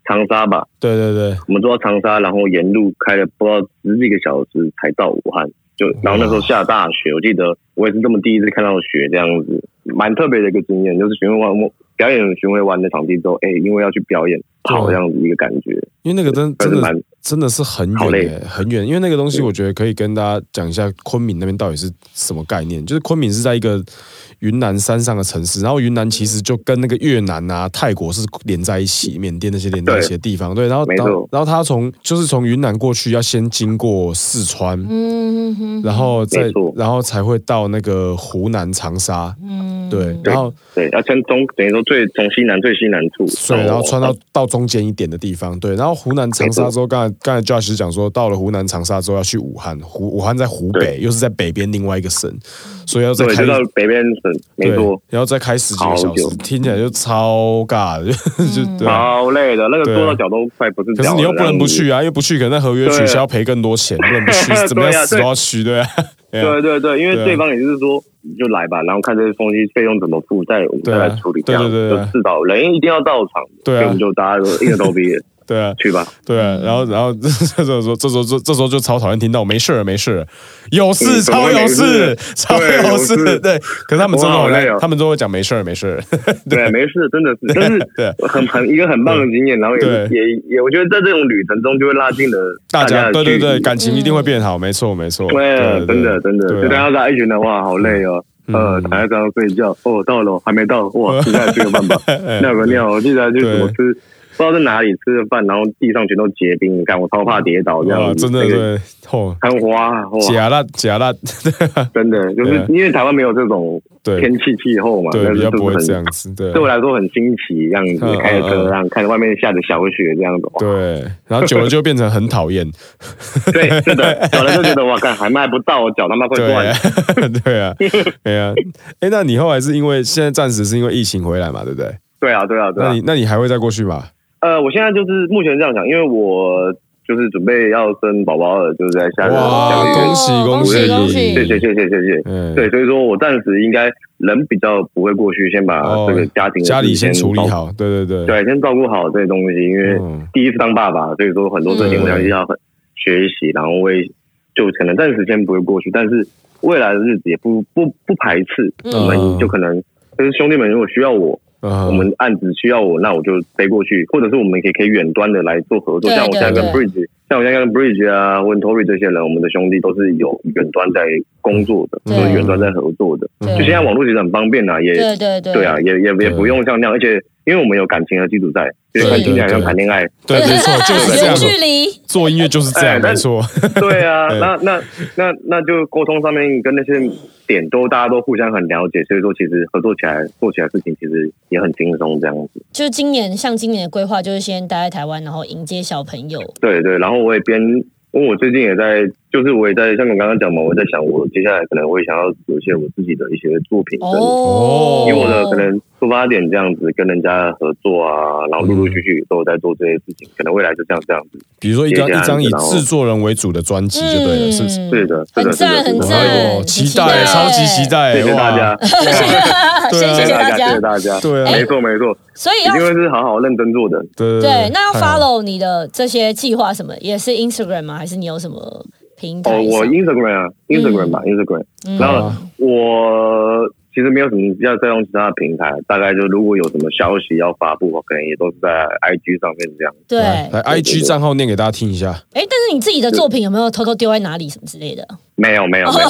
长沙吧。
对对对，
我们坐到长沙，然后沿路开了不知道十几个小时才到武汉。就然后那时候下大雪，我记得我也是这么第一次看到雪这样子，蛮特别的一个经验。就是巡回完表演巡回完的场地之后，哎，因为要去表演跑这样子一个感觉，
因为那个真真
但是
的
蛮
真的是很
好
远、
累嗯
欸，很远。因为那个东西，我觉得可以跟大家讲一下昆明那边到底是什么概念。就是昆明是在一个云南山上的城市，然后云南其实就跟那个越南啊、泰国是连在一起，缅甸那些连在一起的地方。对，然后
没
然
错
后然后它从就是从云南过去，要先经过四川，
嗯嗯嗯，
然后再
没错
然后才会到那个湖南长沙。
嗯
对，然后
对，要先从等于说最从西南最西南处，
所以然后穿到到中间一点的地方，对，然后湖南长沙之后，刚才刚才 Josh 是讲说，到了湖南长沙之后要去武汉，湖武汉在湖北，又是在北边另外一个省，所以要再
对，
开
就到北边省，没
对
错，，
然后再开十几个
好
小
久嗯
时，听起来就超尬的， 就就对啊。
超累的，那个
对啊
坐到脚都快不是
可
脚
是
了。
你又不能不
这样子
去啊，因为不去可能那合约取
对
消要赔更多钱，不能不去
对，啊
怎么样死
对
都要去，对啊， 对啊
对对对，因为
对啊
对方也就是说，你就来吧，然后看这些东西费用怎么付，再我们再来处理。
对啊
这
对
样
对对对
就至少人一定要到场，
对啊
所以我们就大家都硬着头皮
对啊。
去吧。
对啊，然后然后这 时候这时候这这时候就超讨厌听到没事儿没事儿，有事
嗯怎么
超
会
有
没
事
事
超
对
有
有
事
事
对，可是他们真的
我好
好累
累哦，
他们都会讲没事儿没事儿，
对，没事，真的是，但是
对
很很一个很棒的经验，然后也
对
也也，我觉得在这种旅程中就会拉近了
大家
的
对对对，
距离
感情一定会变好，没错没错，
对，真的真的，
对啊
就大家在一群人哇，好累哦。呃，躺
哎
在床上睡觉，哦，到了，还没到，哇，实在没有办法，尿个尿，我记得还去什么吃不知道在哪里吃的饭，然后地上全都结冰，你看我超怕跌倒这样
哇，
子，
真的
那 个
对，哦，
看花，哇
假辣假辣，
真的就
对
是
啊
因为台湾没有这种
对
天气气候嘛，
对，
但
比
是
较
就是
不会
很
这样子，对
对我来说很新奇，这样子
嗯
开着
嗯
车，
嗯
让看着外面下着小雪这样子，哇
对，然后久了就变成很讨厌，
对，是的，有人就觉得哇，看还卖不到，我脚他妈快
对
断了
啊， 对啊，对啊，哎，那你后来是因为现在暂时是因为疫情回来嘛，对不对？
对啊，对啊，对
那
啊
你。那你还会再过去吗？
呃，我现在就是目前这样想，因为我就是准备要生宝宝了，就是在下个下
哇，
个
恭
月。
喜
哦
恭喜
恭
恭
喜
喜，
谢谢，谢谢，谢谢。
嗯，
对，所以说我暂时应该人比较不会过去，先把
哦
这个家庭的
家里
事情
先处理
照顾，
好，对对对，
对，先照顾好这些东西，因为
嗯
第一次当爸爸，所以说很多事情我相信要很学习，然后会就可能暂时先不会过去，但是未来的日子也不不不排斥，
嗯
我们就可能就是兄弟们如果需要我，
嗯
我们案子需要我，那我就飞过去，或者是我们也可以远端的来做合作，
对
像我现在跟
对
Bridge，像我现在跟 Bridge 啊、w i n t o r y 这些人，我们的兄弟都是有远端在工作的，
对
或者远端在合作的。
嗯对
就现在网络其实很方便啊，也
对对对，
对啊，，也也
嗯
也不用像那样，而且因为我们有感情的基础在，就是看起来像谈恋爱。
对，没 错，就是这
远
样。
距离，
做音乐就是这
哎
样，
但
没错。
对啊，
对
那那那那就沟通上面跟那些点都大家都互相很了解，所以说其实合作起来做起来事情其实也很轻松这样子。
就今年像今年的规划就是先待在台湾，然后迎接小朋友。
对对，然后我也边，因为我最近也在，就是我也在，像我刚刚讲嘛，我在想我接下来可能会想要有一些我自己的一些作品，
哦，
以我的可能出发点这样子跟人家合作啊，然后陆陆续续都有在做这些事情，可能未来就这样这样子。
比如说一张
谢谢啊
一张以
然后
制作人为主的专辑就对了，是不是？
嗯
是的，是
很
的，是
赞
的，是
很
的
赞
哎呦
很
期
期
待，
待
超级期待，
谢谢大
哎哇
家，，
对
先
啊
谢谢大
谢
家
谢。大家，
对啊
没错没错，
所以
因
要
为是好好认真做的。
对
对，那要
太
啊
好了
follow 你的这些计划什么，也是 Instagram 吗？还是你有什么平台上？
哦，我 Instagram 啊，Instagram 吧，Instagram。
哎嗯
然
好
后
啊
我其实没有什么要再用其他的平台，大概就如果有什么消息要发布，我可能也都是在 IG 上面这样。
对，
来
哎，
来
对对
，IG 账号念给大家听一下。
但是你自己的作品有没有偷偷丢在哪里什么之类的哦
没有没有没有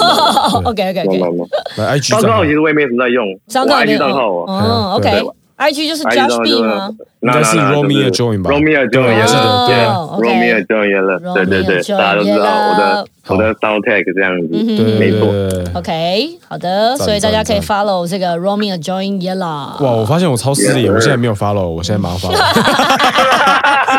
？OK OK
没有
OK，
没有没有没有，
来，IG
账
账
号
号
其，实我也没什么在用，
商
我
号没
IG
有
账号啊我
哦
嗯对
，OK。IG 就是
IG 账
Josh
号
B
就
吗
应该是 Romeo Join 吧
r o m e o Join 也是
哦
，OK
，Romeo Join 也了，对对
Romeo，
对
Join
大家都知道我的
好
我的 Sound Tag 这样
嗯哼
对
子，
对
没
对
错，
对对。对
OK，好的，
赞
所以大家可以
赞
follow 这个 Romeo Join
哇，
Yellow。
我发现我超失礼，
Yeah
我现在没有 follow，我现在马上 follow。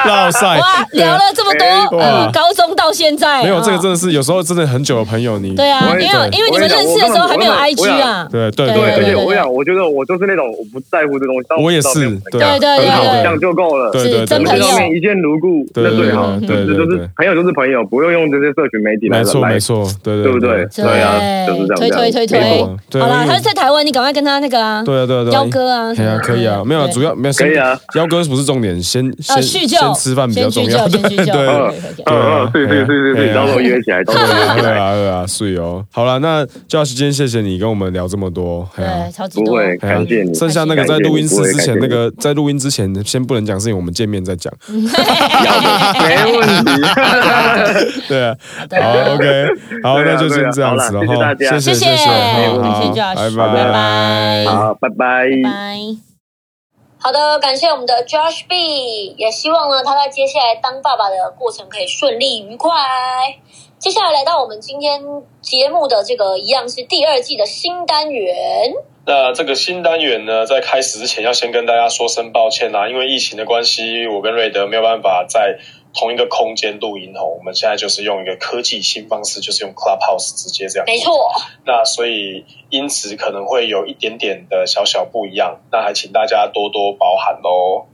绕赛
哇，，
哎对
聊了这么
哎
多，
哇
呃，高中到现在，
没有这个
哦
真的是有时候真的很久的朋友，你
对啊，
我也
因为
对
因为你们认识的时候还没有
我也
IG 啊，
对对
对
对，而
对
且
对
我想，我觉得我就是那种我不在乎这东西，但
我也
知道
是
没有人
对
讲
对对
很好
对
这样就够了。
对
是
对对
真
对
朋
在
友
上面一见如故，
对
那最好。
对对
就是
对
就
对
是朋友就是朋友，不用用这些社群媒体来
没错
来
没，错，对
对
对
不对？
对
对啊，就是这
推
样。
推推推
没错。对啊
好啦，
因为
他是在台湾，你赶快跟他那个啊，
对啊，对啊，对啊，
邀歌啊什
可以啊，可
么之
以
类
啊，
的
没有啊，
对
主要没有，
可以啊
先邀歌不是重点，先
呃，
先
叙旧，
先吃饭比较重要，
先
对
叙
对
旧，先叙旧
对啊
可以可以可以
嗯嗯，对对对对对，到时候约起来，到时候约起
对
来。
啊对啊，是哦。好了，那 Josh 今天谢谢你跟我们聊这么多，哎呀
对，超级
不
多，
会，感谢你。
剩下那个在录音室之前，那个在录音之前先不能讲事情，我们见面再 讲。
没问 题，
对啊，
对
好，OK，好，
对啊
那就先这样子了
对啊好啦
哈，
谢谢大家
谢
谢
谢，好好
谢谢 Josh，
拜
拜
好，拜拜。
拜。好的，感谢我们的 Josh B，也希望呢他在接下来当爸爸的过程可以顺利愉快。接下来来到我们今天节目的这个一样是第二季的新单元，
那这个新单元呢，在开始之前要先跟大家说声抱歉啦、因为疫情的关系，我跟瑞德没有办法在同一个空间录音哦。我们现在就是用一个科技新方式，就是用 Clubhouse 直接这样。
没。错，
那所以因此可能会有一点点的小小不一样，那还请大家多多包涵喽。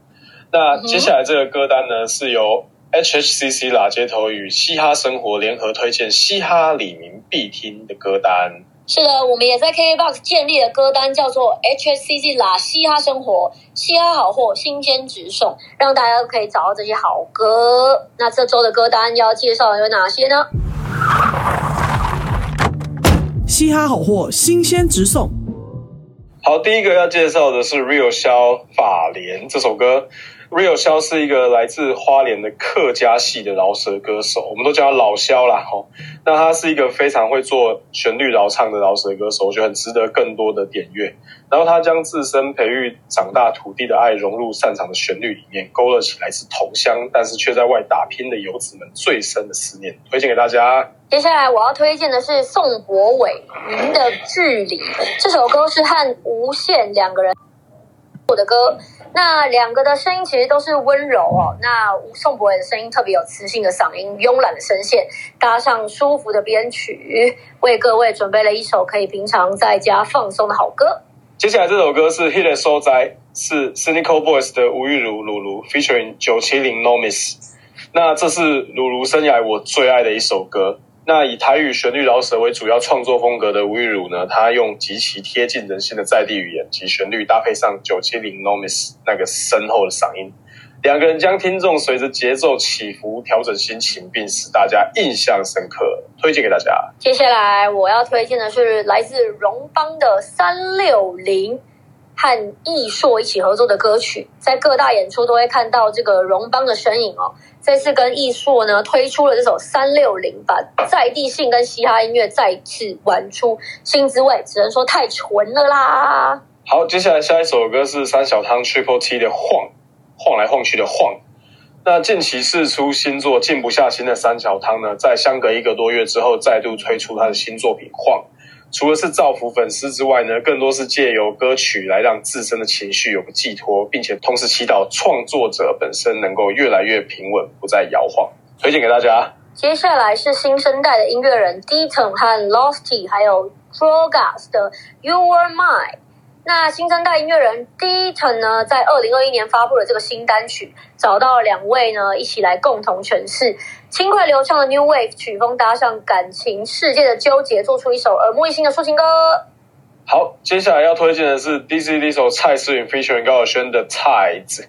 那接下来这个歌单呢，是由 HHCC 啦街头与嘻哈生活联合推荐嘻哈李明必听的歌单。
是的，我们也在 KBox 建立了歌单，叫做 HSCC 啦嘻哈生活，嘻哈好货新鲜直送，让大家可以找到这些好歌。那这周的歌单要介绍的有哪些呢？
嘻哈好货新鲜直送。
好，第一个要介绍的是 Real 肖法莲这首歌。
Real 肖是一个来自花莲的客家系的饶舌歌手，我们都叫他老肖啦。吼，那他是一个非常会做旋律饶唱的饶舌歌手，我觉得很值得更多的点阅。然后他将自身培育长大土地的爱融入擅长的旋律里面，勾勒起来自同乡但是却在外打拼的游子们最深的思念，推荐给大家。
接下来我要推荐的是宋博伟《云的距离》这首歌是和无限两个人做的歌，那两个的声音其实都是温柔哦。那宋博伟的声音特别有磁性的嗓音，慵懒的声线，搭上舒服的编曲，为各位准备了一首可以平常在家放松的好歌。
接下来这首歌是《Hit and So 哉》，是 Cynical Boys 的吴玉如鲁鲁 featuring 九七零 Nomis。那这是鲁鲁生涯我最爱的一首歌。那以台语旋律饶舌为主要创作风格的吴玉如呢，他用极其贴近人心的在地语言及旋律，搭配上九七零 Nomis 那个深厚的嗓音，两个人将听众随着节奏起伏调整心情，并使大家印象深刻，推荐给大家。
接下来我要推荐的是来自荣邦的三六零和艺硕一起合作的歌曲，在各大演出都会看到这个荣邦的身影哦。这次跟艺硕呢推出了这首《三六零》，把在地性跟嘻哈音乐再次玩出新滋味，只能说太纯了啦！
好，接下来下一首歌是三小汤 Triple T 的《晃》，晃来晃去的晃。那近期释出新作《静不下心》的三小汤呢，在相隔一个多月之后，再度推出他的新作品《晃》。除了是造福粉丝之外呢，更多是借由歌曲来让自身的情绪有个寄托，并且同时祈祷创作者本身能够越来越平稳，不再摇晃。推荐给大家。
接下来是新生代的音乐人 Deaton 和 Lofty，还有 Drogas 的《You Were Mine》。那新生代音乐人 Deaton 呢，在二零二一年发布了这个新单曲，找到了两位呢一起来共同诠释轻快流畅的 New Wave 曲风，搭上感情世界的纠结，做出一首耳目一新的抒情歌。
好，接下来要推荐的是 DC d 首蔡诗芸 featuring 高晓轩的《Tides》，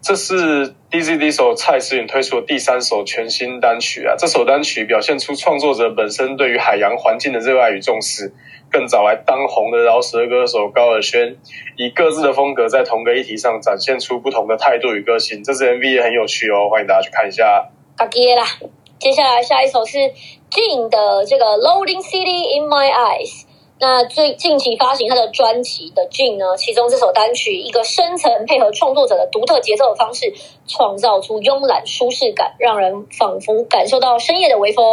这是 DC d 首蔡诗芸推出的第三首全新单曲啊。这首单曲表现出创作者本身对于海洋环境的热爱与重视，更早来当红的饶舌歌手高尔轩，以各自的风格在同个议题上展现出不同的态度与个性。这支 MV 也很有趣哦，欢迎大家去看一下。
嘎耶啦！接下来下一首是 Jin 的这个《Loading City in My Eyes》。那最近期发行他的专辑的 Jin 呢，其中这首单曲一个深层配合创作者的独特节奏的方式，创造出慵懒舒适感，让人仿佛感受到深夜的微风。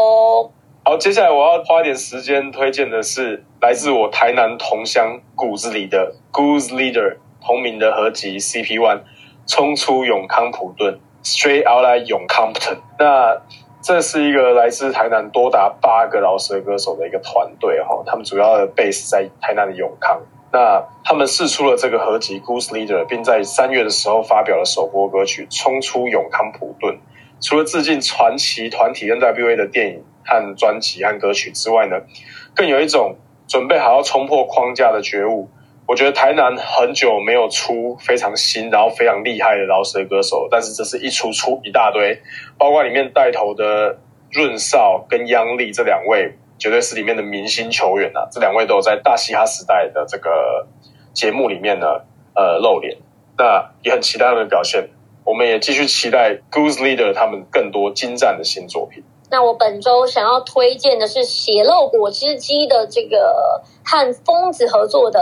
好，接下来我要花一点时间推荐的是来自我台南同乡骨子里的 Goose Leader 同名的合集 CP One，冲出永康普顿 Straight Out at 永康 p t o n 那这是一个来自台南多达八个饶舌歌手的一个团队哈，他们主要的 base 在台南的永康。那他们试出了这个合集 Goose Leader，并在三月的时候发表了首播歌曲《冲出永康普顿》。除了致敬传奇团体 N.W.A 的电影和专辑和歌曲之外呢，更有一种准备好要冲破框架的觉悟。我觉得台南很久没有出非常新，然后非常厉害的饶舌歌手，但是这是一出出一大堆，包括里面带头的润少跟央丽这两位，绝对是里面的明星球员啊！这两位都有在大嘻哈时代的这个节目里面呢，呃，露脸。那也很期待他们的表现，我们也继续期待 Goose Leader 他们更多精湛的新作品。
那我本周想要推荐的是血肉果汁机的这个和疯子合作的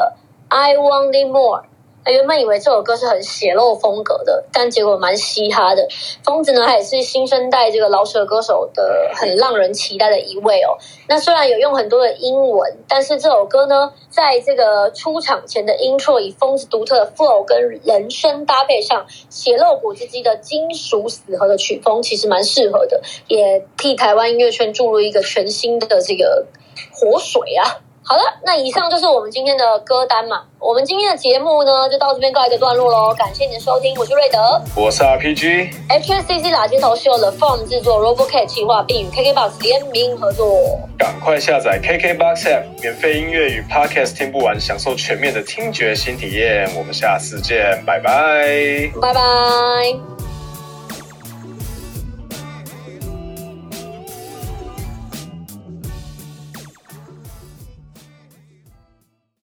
《I Want It More》。那原本以为这首歌是很血肉风格的，但结果蛮嘻哈的。疯子呢，他也是新生代这个饶舌歌手的很让人期待的一位哦。那虽然有用很多的英文，但是这首歌呢，在这个出场前的 intro 以疯子独特的 flow 跟人声搭配上，血肉果汁机的金属死核的曲风，其实蛮适合的，也替台湾音乐圈注入一个全新的这个活水啊。好了，那以上就是我们今天的歌单嘛。我们今天的节目呢，就到这边告一个段落喽。感谢您的收听，我是瑞德。
我是 RPG，
HSCC 打街头是由 The Form 制作，RoboCat 企划，并与 KKBox 联名合作。
赶快下载 KKBox App，免费音乐与 Podcast 听不完，享受全面的听觉新体验。我们下次见，拜拜。
拜拜。